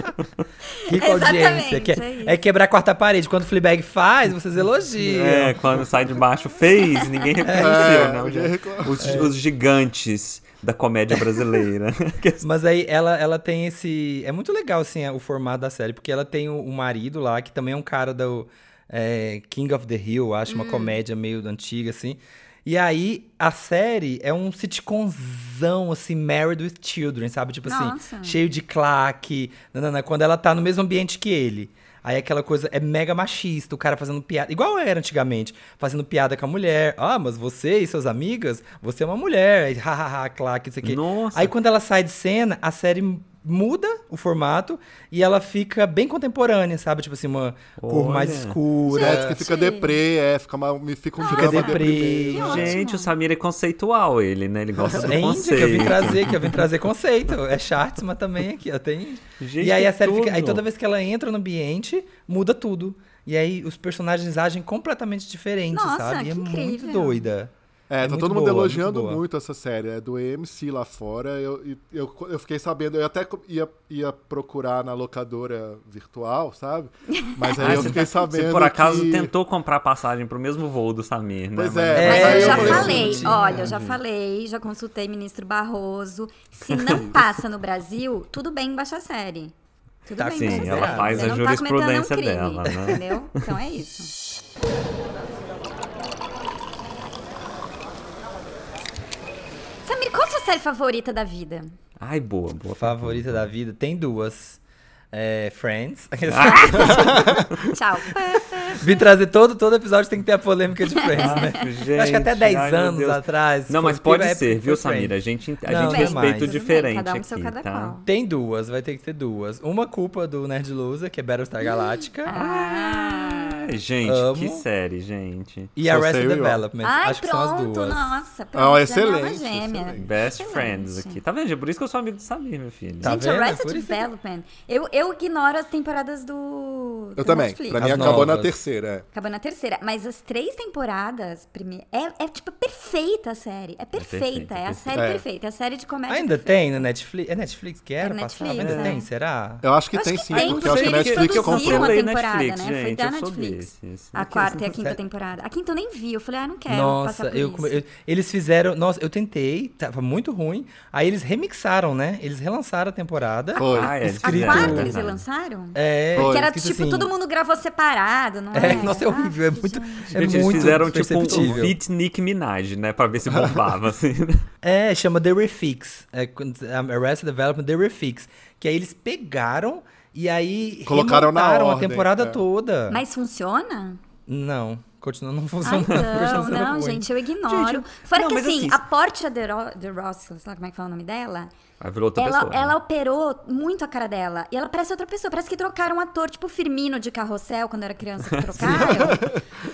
Rica audiência. Exatamente, Que, é isso. é quebrar a quarta parede. Quando o Fleabag faz, vocês elogiam. É, quando sai de baixo, fez, ninguém reconheceu, É, né? ninguém reconhece. Os, É. os gigantes da comédia brasileira. (laughs) Aqueles- Mas aí ela, ela tem esse. É muito legal, assim, o formato da série, porque ela tem o, o marido lá, que também é um é cara do. é, King of the Hill, acho, uma comédia meio antiga, assim. E aí, a série é um sitcomzão, assim, Married with Children, sabe? Tipo Nossa. assim, cheio de claque, nanana, quando ela tá no mesmo ambiente que ele. Aí aquela coisa é mega machista, o cara fazendo piada, igual era antigamente, fazendo piada com a mulher. Ah, mas você e suas amigas, você é uma mulher. (laughs) Aí, hahaha, claque, isso aqui. Nossa. Aí quando ela sai de cena, a série muda o formato e ela fica bem contemporânea, sabe? Tipo assim, uma cor mais Olha. escura. Direto que fica Gente. deprê, é, fica, uma, me fica um Fica drama deprê. deprimido. ótimo. Gente, o Samir é conceitual, ele, né? Ele gosta do É índia que eu vim conceito. trazer, que eu vim trazer conceito. É Shartsma também aqui, ó. Tem... Gente, e aí a série tudo. fica. Aí toda vez que ela entra no ambiente, muda tudo. E aí os personagens agem completamente diferentes, Nossa, sabe? E é que muito incrível. doida. É, tá muito todo mundo boa, elogiando muito boa. muito, essa série. É do EMC lá fora. Eu, e- eu, eu fiquei sabendo, eu até co- ia, ia procurar na locadora virtual, sabe? (laughs) Mas aí Ah, eu você fiquei tá- sabendo. Você por acaso que... tentou comprar passagem pro mesmo voo do Samir, né? Pois Mas- é, Mas mas aí eu eu já falei, falei, assim, olha, eu já falei, já consultei ministro Barroso. Se não passa no Brasil, tudo bem baixar série. Tudo Tá bem sim, baixar ela série. faz Você a não tá cometendo jurisprudência um crime, dela, né? Entendeu? Então é isso. Samir, qual a sua série favorita da vida? Ai, boa, (laughs) boa. Favorita da vida. Tem duas. É, (laughs) Friends. Tchau. Vim trazer todo, todo episódio tem que ter a polêmica de Ah. Friends, né? Gente, Acho que até 10 ai, meu anos Deus. atrás. Não, foi- mas pode teve a ser, época que viu, foi Friends. Samir? A gente, a Não, gente tudo respeita o bem, diferente cada um seu, aqui, cada tá? qual. Tem duas, vai ter que ter duas. Uma culpa do Nerd Loser, que é Battlestar Galactica. Ah, gente, Amo. que série, gente. E Só Arrested sei eu. Development. Ai, Acho que pronto, são as duas. nossa. Pronto, Ah, já deu uma excelente, gêmea. excelente. Best Excelente. Friends aqui. Tá vendo? É Por isso que eu sou amigo do Samir, meu filho. Tá Gente, vendo? Arrested Por isso que- Development. Eu, eu ignoro as temporadas do. Eu do também. Netflix. Pra mim é As acabou na novas. terceira, é. Acabou na terceira. Mas as três temporadas, primeiro. É, é tipo perfeita a série. É perfeita. perfeita, É, a perfeita. série É. perfeita. É a série de comédia. Ainda tem na Netflix? É Netflix que era? É passava? Netflix, Ainda é. tem, será? Eu acho que Acho tem que sim, tem, porque eu acho que a porque eles Netflix produziram comprou. uma comprei temporada, Netflix, né? Foi gente, da eu sou Netflix. desses. É A Eu quarta e a quinta Sério? temporada. A quinta eu nem vi. Eu falei, ah, não quero Nossa, passar por eu, isso. come- eu- eles fizeram. Nossa, eu tentei, tava muito ruim. Aí eles remixaram, né? Eles relançaram a temporada. Foi. Ah, é, A escrito- quarta eles verdade. lançaram? É, Foi. Que era escrito tipo, assim- todo mundo gravou separado, não É, é? nossa, é horrível. É Aff, muito. gente. É Gente, muito eles fizeram tipo um perceptível. fit Nick Minaj, né? Pra ver se bombava, (laughs) assim. né? É, chama The Refix. É, quando- um, Arrested Development The Refix. Que aí eles pegaram e aí. Colocaram na remontaram ordem, a temporada é. toda. Mas funciona? Não, continua não Ah, (laughs) funcionando. então, continua não, ruim. gente, eu ignoro. Gente, eu- Fora não, que mas assim, assim, a Portia de, Ro... de Russell, sei lá como é que fala o nome dela, Aí virou outra ela, pessoa. né? ela operou muito a cara dela. E ela parece outra pessoa. Parece que trocaram um ator, tipo o Firmino de Carrossel, quando eu era criança, (laughs) que trocaram.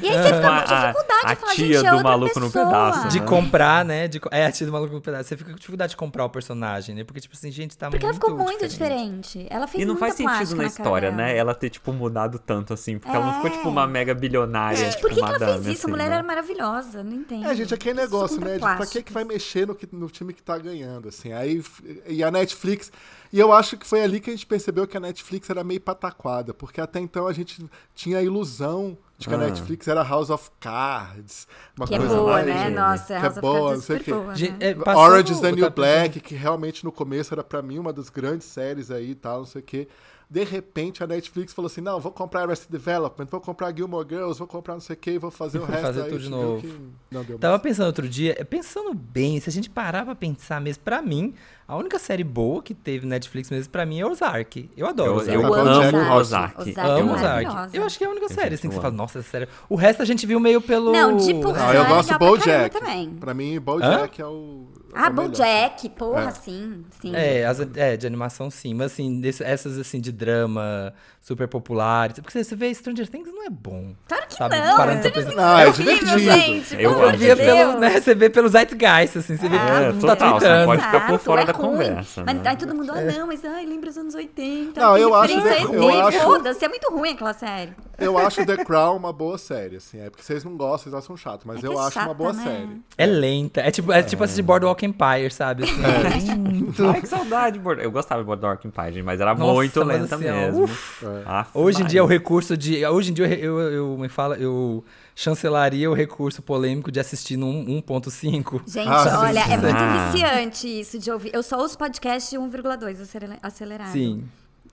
e aí você fica com A- a- dificuldade a de falar, tia gente, é do outra Maluco no pessoa. Pedaço, De né? comprar, né? De, co- é, a tia do maluco no pedaço. Você fica com dificuldade de comprar o personagem, né? Porque, tipo assim, gente, tá Porque ela muito ficou muito diferente. Ela fez E não muita faz sentido plástica na cara história, dela. né? Ela ter, tipo, mudado tanto, assim. Porque ela não ficou, É. tipo, uma mega bilionária. Gente, tipo, por que, que ela madame, fez isso? assim, a mulher né? era maravilhosa, não entendo. É, gente, aquele Por que você negócio, compra né? De, pra plásticos? que, que vai mexer no, que- no time que tá ganhando, assim? Aí, f- e a Netflix... E eu acho que foi ali que a gente percebeu que a Netflix era meio pataquada, porque até então a gente tinha a ilusão de que a Ah. Netflix era House of Cards, uma Que é coisa boa, mais... né? gente, Nossa, que House é of boa, Cards não é sei o super quê. boa, né? Gente, é, passou Orange is o- assim. the eu New tava Black, que realmente no começo era pra mim uma das grandes séries aí e tal, não sei o quê. De repente a Netflix falou assim: não, vou comprar Arrested Development, vou comprar Gilmore Girls, vou comprar não sei o quê, vou fazer o (laughs) Vou resto fazer aí. tudo de viu novo. que Não deu Tava pensando outro dia, é, pensando bem, se a gente parar pra pensar mesmo, pra mim, a única série boa que teve Netflix mesmo pra mim é Ozark. Eu adoro Eu, Ozark. eu Ela amo consegue- Ozark. Ozark. Eu amo é Ozark. maravilhosa. Eu acho que é a única série, assim, que você eu fala, nossa, essa série. O resto a gente viu meio pelo. Não, tipo, Ah, eu gosto é legal do pra BoJack. caramba também. Pra mim, BoJack é o é o Ah, melhor. Bojack, porra, É. sim, sim. É, as- é, de animação sim, mas assim, desse- essas assim de drama super populares. Porque você- você vê Stranger Things não é bom. Claro que Sabe, não, parando pra Stranger pensar- Things (laughs) Ah, é horrível, divertido. gente, Eu pelo amor amo. de Vê pelo, Deus. né, você vê pelo zeitgeist, assim, você vê É, todo mundo tá total, você tweetando. pode ficar por Exato, fora da é ruim. conversa, Mas né? aí todo mundo, ah, não, mas ai, lembra os anos 80. É. Não, que eu acho referência que- é eu ruim, acho- Foda-se, é muito ruim aquela série. Eu acho The Crown uma boa série, assim. É porque vocês não gostam, vocês acham chato, mas É que eu é acho uma chata, boa né? série. É lenta. É tipo, é tipo assistir Boardwalk Empire, sabe? Assim, (laughs) lento. Ai, que saudade. de Board- Eu gostava de Boardwalk Empire, gente, mas era Nossa, Tá muito mas lenta assim, ó, mesmo. Ah, uf. Aff, Hoje em dia o Maria. recurso de. Hoje em dia eu, eu, eu- me fala, eu chancelaria o recurso polêmico de assistir um no 1.5. Gente, Ah, olha, é sim. muito Ah. um viciante isso de ouvir. Eu só ouço podcast de 1,2 acelera- acelerado. Sim.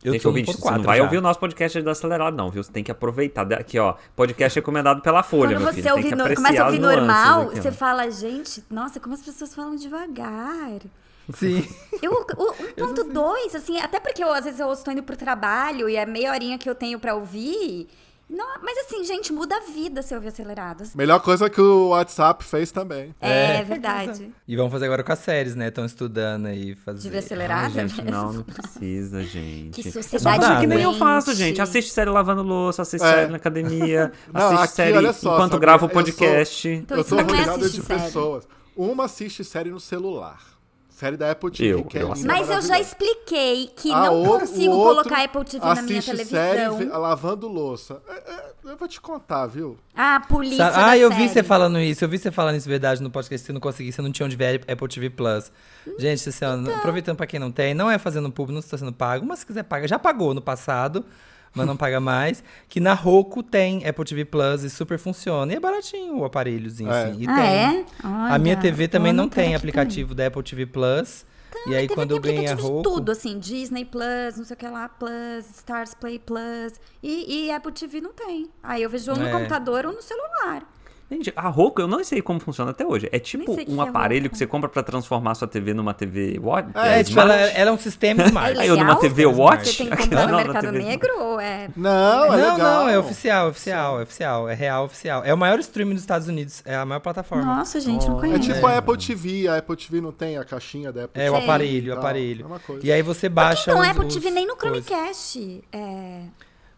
Eu Gente, sou ouvinte, 1.4 você não vai já. ouvir o nosso podcast do Acelerado, não, viu? Você tem que aproveitar daqui, ó. Podcast recomendado pela Folha, Quando meu você filho. Tem ouve que no- apreciar começa a as ouvir nuances normal, aqui, ó. você fala, gente, nossa, como as pessoas falam devagar. Sim. Eu, o 1.2, assim, até porque eu, às vezes eu estou indo pro trabalho e é meia horinha que eu tenho pra ouvir. Não, mas assim, gente, muda a vida se ouvir acelerados. Melhor coisa que o WhatsApp fez também. É, verdade. E vamos fazer agora com as séries, né? Estão estudando aí fazer. Devia acelerar, Ai, gente, mesmo. não, não precisa, gente. Que É só sociedade coisa que nem eu doente. faço, gente. Assiste série lavando louça, assiste É. série na (laughs) academia, Não, assiste aqui, série olha só, enquanto sabe? gravo o Eu podcast. Então eu isso tô não é rodeado assistir de série. pessoas. Uma assiste série no celular. Série da Apple TV, Eu- que é eu linda, assisto. Mas eu já maravilhosa. expliquei que A não ou- Ah, o consigo outro colocar Apple TV na minha assiste televisão. Série, ah, lavando louça. É, é, Eu vou te contar, viu? Ah, polícia. Sabe- da Ah, eu vi série. você falando isso, eu vi você falando isso, verdade, no podcast, você não conseguia, você não tinha onde ver é Apple TV Plus. Gente, assim, ó, Então. aproveitando pra quem não tem, não é fazendo público, não está sendo pago, mas se quiser paga, já pagou no passado, mas não paga mais, que na Roku tem Apple TV Plus e super funciona, e é baratinho o aparelhozinho, É. assim, e Ah, tem. é? a minha Olha, TV também vou não anotar tem aqui Tá, aplicativo da Apple TV Plus, e aí TV quando tem é eu ganhei a aplicativo Roku... de tudo, assim, Disney Plus, não sei o que lá, Plus, Stars Play Plus. E, e Apple TV não tem. Aí eu vejo ou no É. computador ou no celular. Gente, a Roku, eu não sei como funciona até hoje. É tipo Nem sei o que um que é aparelho Roku. que você compra pra transformar sua TV numa TV Watch. É, tipo, smart. ela, ela é um (laughs) sistema smart. Aí eu numa TV Watch? Você tem que comprar no Não, na mercado TV. negro ou é... Não, é Não, legal. não, é oficial, é oficial, é oficial, é real oficial. É o maior streaming dos Estados Unidos, é a maior plataforma. Nossa, gente, não É conheço. tipo a Apple TV. A Apple TV não tem a caixinha da Apple É o TV. aparelho, o Tá, aparelho. é uma coisa. E aí você baixa então, os, Apple os TV nem no coisas. Chromecast é,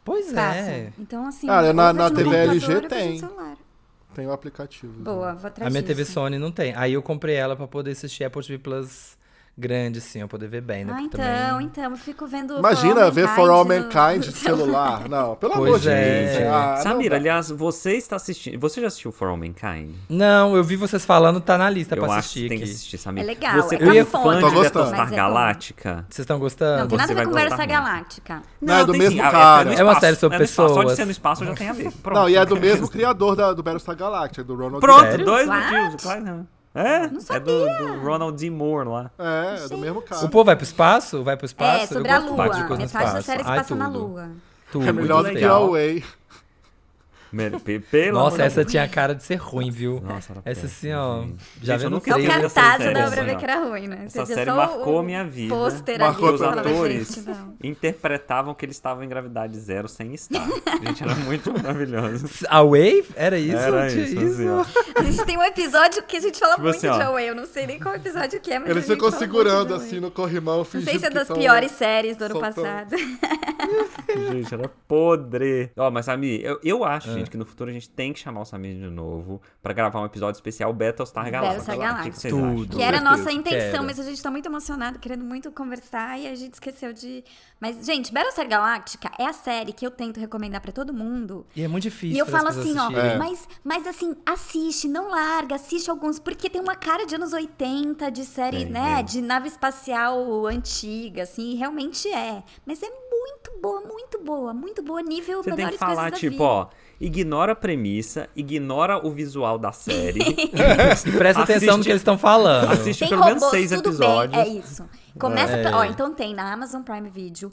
Pois é. passa. Então, assim, Cara, eu na- vejo na no TV computador, LG eu vejo no tem. celular. é- Tem o aplicativo. Boa, vou atrás A minha TV disso. Sony não tem. Aí eu comprei ela pra poder assistir Apple TV Plus grande, assim, eu poder ver bem, né? Ah, porque então, também... então, eu fico vendo... For Imagina All ver For All Mankind no- (laughs) Mankind de no celular. Não, pelo Pois amor de é, Deus. gente. Ah, não Samir, dá. aliás, você está assistindo. Você já assistiu For All Mankind? Não, eu vi vocês falando, tá na lista eu pra acho que assistir você tem aqui. que assistir, Samir. É legal, Você é é cafona. fã Tô gostando. de Mas Battlestar é bom. Galáctica? Vocês estão Não, gostando? tem Você nada a vai ver com Battlestar gostar muito. Galáctica. Não, é do tem mesmo sim, ah, cara. no É uma espaço, série sobre é no espaço, Só pessoas. de ser no espaço eu já tem a ver. Pronto. Não, e é do mesmo criador da, do Battlestar Galactica, do Ronald (laughs) Pronto, Reagan. dois What? motivos. Claro, não. É? é do, do Ronald D. Moore lá. É, é do mesmo cara. O povo vai pro espaço? Vai pro espaço? É, Eu sobre a gosto lua. bastante de coisa no Metade da espaço. série se Ai, passa na tudo, lua. Tudo. É melhor do muito que legal. Away. Mer- pe- Pelo amor Nossa, de essa Deus. tinha cara de ser ruim, viu? né? Nossa, era essa assim, péssima, ó. gente. Já Gente, eu viu no nunca É o vi essa trailer. cartaz série, dá assim, pra ver ó. que era ruim, né? Você Essa vê série só marcou o- a minha vida. Pôster Marcou ali, os pra você fala, "Mas, atores gente, não." interpretavam que eles estavam em gravidade zero sem estar. Gente, era muito maravilhoso. A Wave? Era isso? Era Tinha isso, assim, ó. A gente tem um episódio que a gente fala Tipo muito assim, de ó. Away. Eu não sei nem qual episódio que é, mas Eles a gente ficam fala muito segurando de assim Away. no corrimão, Não fingindo sei se é que das tão- piores séries do ano soltando. passado. Gente, era podre. Ó, mas Samir, eu, eu acho, gente, que no futuro a gente tem que chamar o Samir de novo pra gravar um episódio especial Battlestar Galactica. Battlestar O que que vocês Tudo. acham? Que é era a certeza, nossa intenção, quero. mas a gente tá muito emocionado, querendo muito conversar e a gente esqueceu de. Mas, gente, Battlestar Galactica é a série que eu tento recomendar pra todo mundo. E é muito difícil. E eu para as falo pessoas assim, ó, assistirem. mas, mas assim, assiste, não larga, assiste alguns, porque tem uma cara de anos 80, de série, Tem, né, tem. de nave espacial antiga, assim, e realmente é. Mas é muito boa, muito boa, muito boa, nível Você tem que melhores falar, coisas da tipo, vida. ó, ignora a premissa, ignora o visual da série. (laughs) E presta atenção no que eles estão falando. É. Assiste tem pelo menos robôs, seis tudo episódios. bem, é isso. Começa, É. pe- ó, então tem na Amazon Prime Video,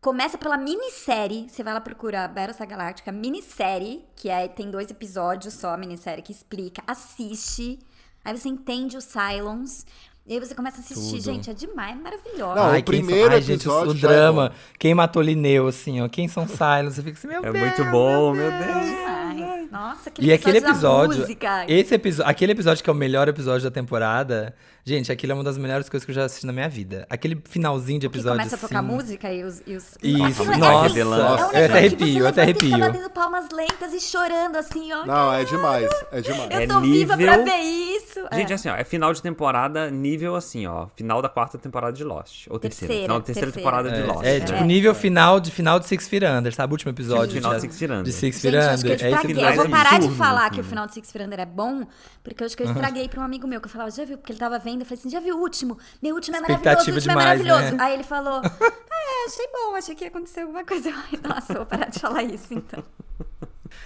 começa pela minissérie, você vai lá procurar Battlestar Galactica, minissérie, que é, tem dois episódios só, a minissérie que explica, assiste, aí você entende os Cylons, e aí você começa a assistir, Tudo. gente, é demais, é maravilhosa. Não, o Ai, quem são- primeiro Ai, gente, episódio o já drama. Quem matou Lineu, assim, ó. Quem são Silence? Você fica assim, meu É Deus. muito bom, meu Deus. Demais. Nossa, aquele E é aquele episódio, da música. esse episódio, aquele episódio que é o melhor episódio da temporada, gente, aquilo é uma das melhores coisas que eu já assisti na minha vida. Aquele finalzinho de Que episódio, começa a tocar assim, música e os. E os Isso, Aquilo é- nossa, assim, é um nossa, negócio eu até que arrepio, você eu levanta até e fica arrepio. batendo palmas lentas e chorando assim, ó. Não, é demais, é demais. Eu É tô viva pra nível- ver isso. Gente, é. assim, ó, é final de temporada nível assim, ó. Final da quarta temporada de Lost. Ou terceira. Terceira, final da terceira, terceira. temporada de Lost. É, né? tipo, nível final de final de Six Feet Under, sabe? O último episódio Final de de Six Feet Under. de Six Gente, Feet eu acho que eu Under. É esse estraguei. final Eu episódio vou parar de absurdo, falar né? que o final de Six Feet Under é bom, porque eu acho que eu estraguei pra um amigo meu que eu falava, já viu? Porque ele tava vendo, eu falei assim, já viu o último? Meu último é maravilhoso, o Expectativa último demais, é maravilhoso. né? Aí ele falou, (laughs) ah, é, achei bom, achei que ia acontecer alguma coisa. Eu, Ai, nossa, eu vou parar de falar isso então.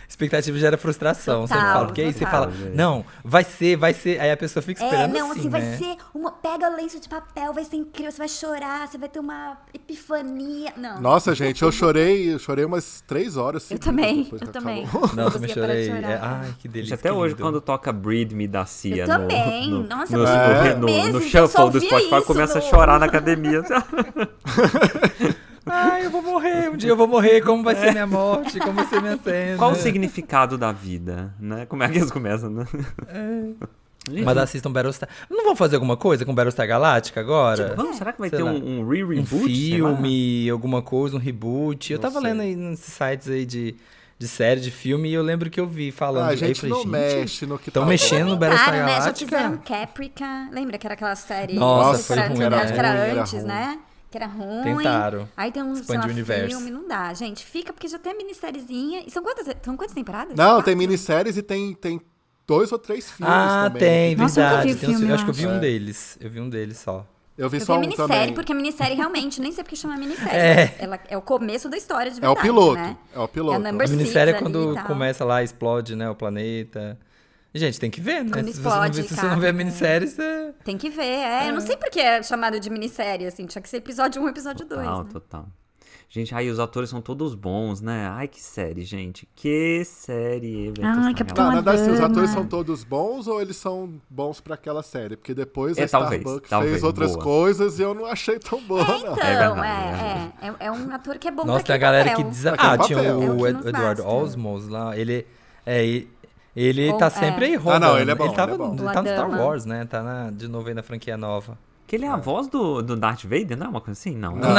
Expectativa gera frustração, você não Total, fala. Porque aí você total. fala, não, vai ser, vai ser. Aí a pessoa fica É, esperando não, assim, assim, vai né? ser uma. Pega lenço de papel, vai ser incrível, você vai chorar, você vai ter uma epifania. Não. Nossa, gente, eu chorei, eu chorei umas três horas. eu seguidas também, depois que eu também. acabou. Não, eu Você me ia parar de chorei. chorar. É, ai, que delícia. Gente, até que hoje, lindo. quando toca Breed Me da Cia Eu no, também. no, Nossa, no, eu tô no- meses no que eu só shuffle do ouvia Spotify, isso começa a no- chorar (laughs) na academia. (laughs) Ai, eu vou morrer, um dia eu vou morrer, como vai ser minha morte, como vai ser minha cena. Qual o significado da vida, né? Como é que eles começam, né? Mas assistam Battlestar. Não vão fazer alguma coisa com Battlestar Galáctica É. agora? Vamos, será que vai Sei ter lá. um, um re-reboot? um Tipo, sei lá? filme, alguma coisa, um reboot. Eu Não tava sei. lendo aí nesses sites aí de, de série, de filme, e eu lembro que eu vi falando. Ah, aí a gente eu não mexe no que tão tá mexendo no Battlestar Claro, né? Já Galáctica. fizeram Caprica. Lembra que era aquela série? Nossa, que foi era, ruim, que era, né? que era Era antes, ruim. né? Que era ruim. Tentaram Aí tem um sei expandir lá, o universo. filme, não dá. Gente, fica porque já tem a minissériezinha. E são quantas, são quantas temporadas? Não, Quatro? tem minisséries e tem, tem dois ou três filmes ah, também. tem, Nossa, eu nunca verdade. vi tem uns- filme, eu acho que eu vi eu um acho. deles. Eu vi um deles só. Eu vi Eu vi só a um minissérie, também. porque a minissérie realmente, nem sei porque chama minissérie. É. mas Ela é o começo da história de É o verdade, piloto. né? É o piloto. É a number A minissérie é Precisa ali quando e tal. começa lá, explode, né, o planeta. Gente, tem que ver, né? Quando se, você não vê, explode, se você não vê cara. a minissérie, você... Tem que ver, é. Eu não sei porque é chamado de minissérie, assim. Tinha que ser episódio 1, episódio 2. Total, né? total. Gente, aí os atores são todos bons, né? Ai, que série, gente. Que série. Everton Capitão Star Tá, Galáctica. na verdade, assim, os Madonna. atores são todos bons ou eles são bons pra aquela série? Porque depois É, a talvez, Starbucks talvez, fez outras boa. coisas e eu não achei tão boa, não. É Então, é, verdade, é, é, é um ator que é bom Nossa, tem pra a galera papel. que diz... Pra aquele Ah, tinha papel. É o, o que Ed- nos Eduardo basta. Osmos lá, ele... É, e- ele Ou- tá é. sempre aí Ah, rodando. não, ele é bom, Ele, tava, ele é bom. tá no Star Boa dama. Wars, né? Tá na- de novo aí na franquia nova. Que ele é a voz do, do Darth Vader, não é uma coisa assim? Não. Não. (laughs)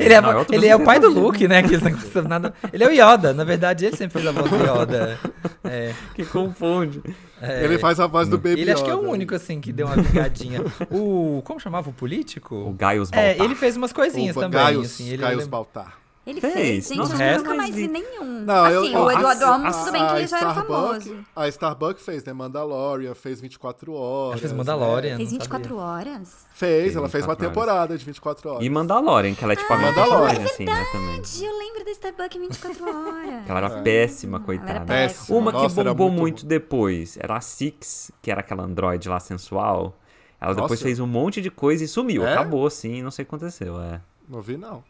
Ele é, ele é o pai do Luke, né? Que esse negócio, nada, ele é o Yoda. Na verdade, ele sempre fez a (laughs) voz do Yoda. É, Que confunde. é. Ele faz a voz do Baby Ele acho que é o Yoda. único, assim, que deu uma vingadinha. O... Como chamava o político? O Gaius É, Baltar. ele fez umas coisinhas O também, Gaius, assim. Ele Gaius ele- Baltar. Ele Fez, fez, gente. nossa, é eu o nunca resto- mais vi nenhum. Não, eu- assim, eu- o a- Eduardo a- Holmes, tudo bem que a ele já era Starbucks- famoso. A Starbucks fez, né? Mandalorian, fez 24 horas. É. Ele Ah, fez é Mandalorian. Fez não 24 sabia. horas? Fez, Fez ela fez uma 24 horas. temporada de 24 horas. E Mandalorian, que ela é tipo a minha Mandalorian. personagem, assim, né, É também. Gente, eu lembro da Starbucks em (laughs) 24 horas. Que ela era péssima, coitada. péssima. Uma Nossa, que era bombou muito, muito depois era a Six, que era aquela androide lá sensual. Ela depois Nossa. fez um monte de coisa e sumiu. É? Acabou, assim, não sei o que aconteceu. É. Não vi, não.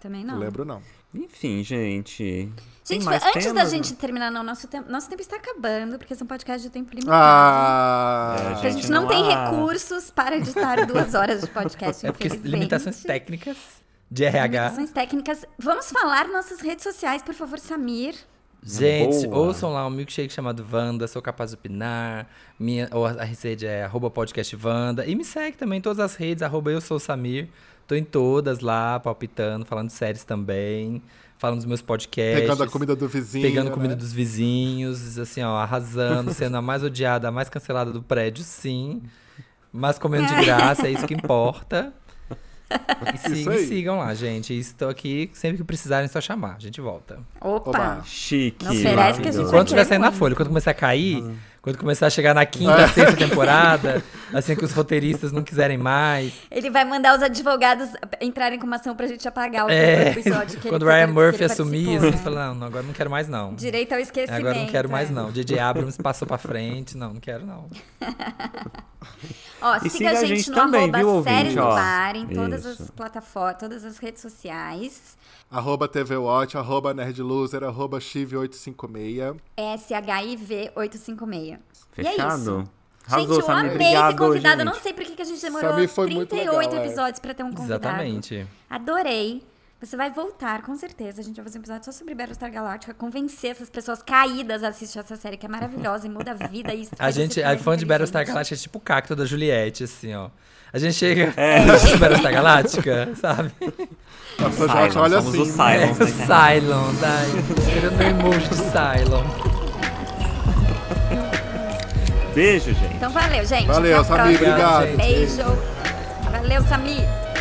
Também Não não. lembro, não. Enfim, gente. tem Gente, mais antes da temas? né? gente terminar, não, nosso tempo, nosso tempo está acabando, porque esse é um podcast de tempo limitado. Ah! É, Porque a gente gente, não, não tem há- recursos para editar duas horas de podcast. É porque infelizmente. limitações técnicas de RH. Limitações técnicas. Vamos falar nossas redes sociais, por favor, Samir. Gente, Boa. ouçam lá um milkshake chamado Wanda, sou capaz de opinar. Minha, ou a, a rede é arroba podcast Wanda. E me segue também em todas as redes, arroba eu sou o Samir. Tô em todas lá, palpitando, falando de séries também, falando dos meus podcasts. Pegando a comida do vizinho. é, Pegando né? comida dos vizinhos, assim, ó, (laughs) arrasando, sendo a mais odiada, a mais cancelada do prédio, sim. Mas comendo de graça, é isso (laughs) que importa. E sig- aí. sigam lá, gente. Estou aqui sempre que precisarem, é só chamar. A gente volta. Opa! Oba. Chique. Não oferece que a gente é Enquanto vai tiver saindo na muito. folha, quando começar a cair, Uhum. quando começar a chegar na É. quinta, sexta temporada, assim que os roteiristas não quiserem mais. Ele vai mandar os advogados entrarem com uma ação pra gente apagar o É, episódio que quando ele Ryan que Murphy ele assumir, participou, você né? fala, não, agora não quero mais não. Direito ao esquecimento. Agora não quero mais é. não. DJ Abrams passou pra frente, não, não quero não. Ó, E siga, a gente, no também, arroba viu, ouvinte, séries no ó. bar, em todas as Isso. plataformas, todas as redes sociais. Arroba TV Watch, arroba Nerdloser, arroba Chive856. SHIV856. E é Fechado? isso. Arrasou, gente, eu Samir. amei Obrigado, ter convidado. Eu gente. não sei por que que a gente demorou Samir foi muito 38 legal, é. episódios pra ter um convidado. Exatamente. Adorei. Você vai voltar, com certeza. A gente vai fazer um episódio só sobre Battlestar Galáctica, convencer essas pessoas caídas a assistir essa série que é maravilhosa e muda a vida. E A faz gente, você a mais fã de Battlestar inteligente. Galáctica é tipo o cacto da Juliette, assim, ó. A gente chega (laughs) é. Battlestar Galáctica, sabe? A pessoa já Silence, te olha somos assim. o Silence. né? (laughs) É, Cylon, ai, querendo meu emoji de é Cylon. Beijo, gente. Então valeu, gente. Valeu, Até a Samir, próxima. obrigado. Beijo. Valeu, Samir.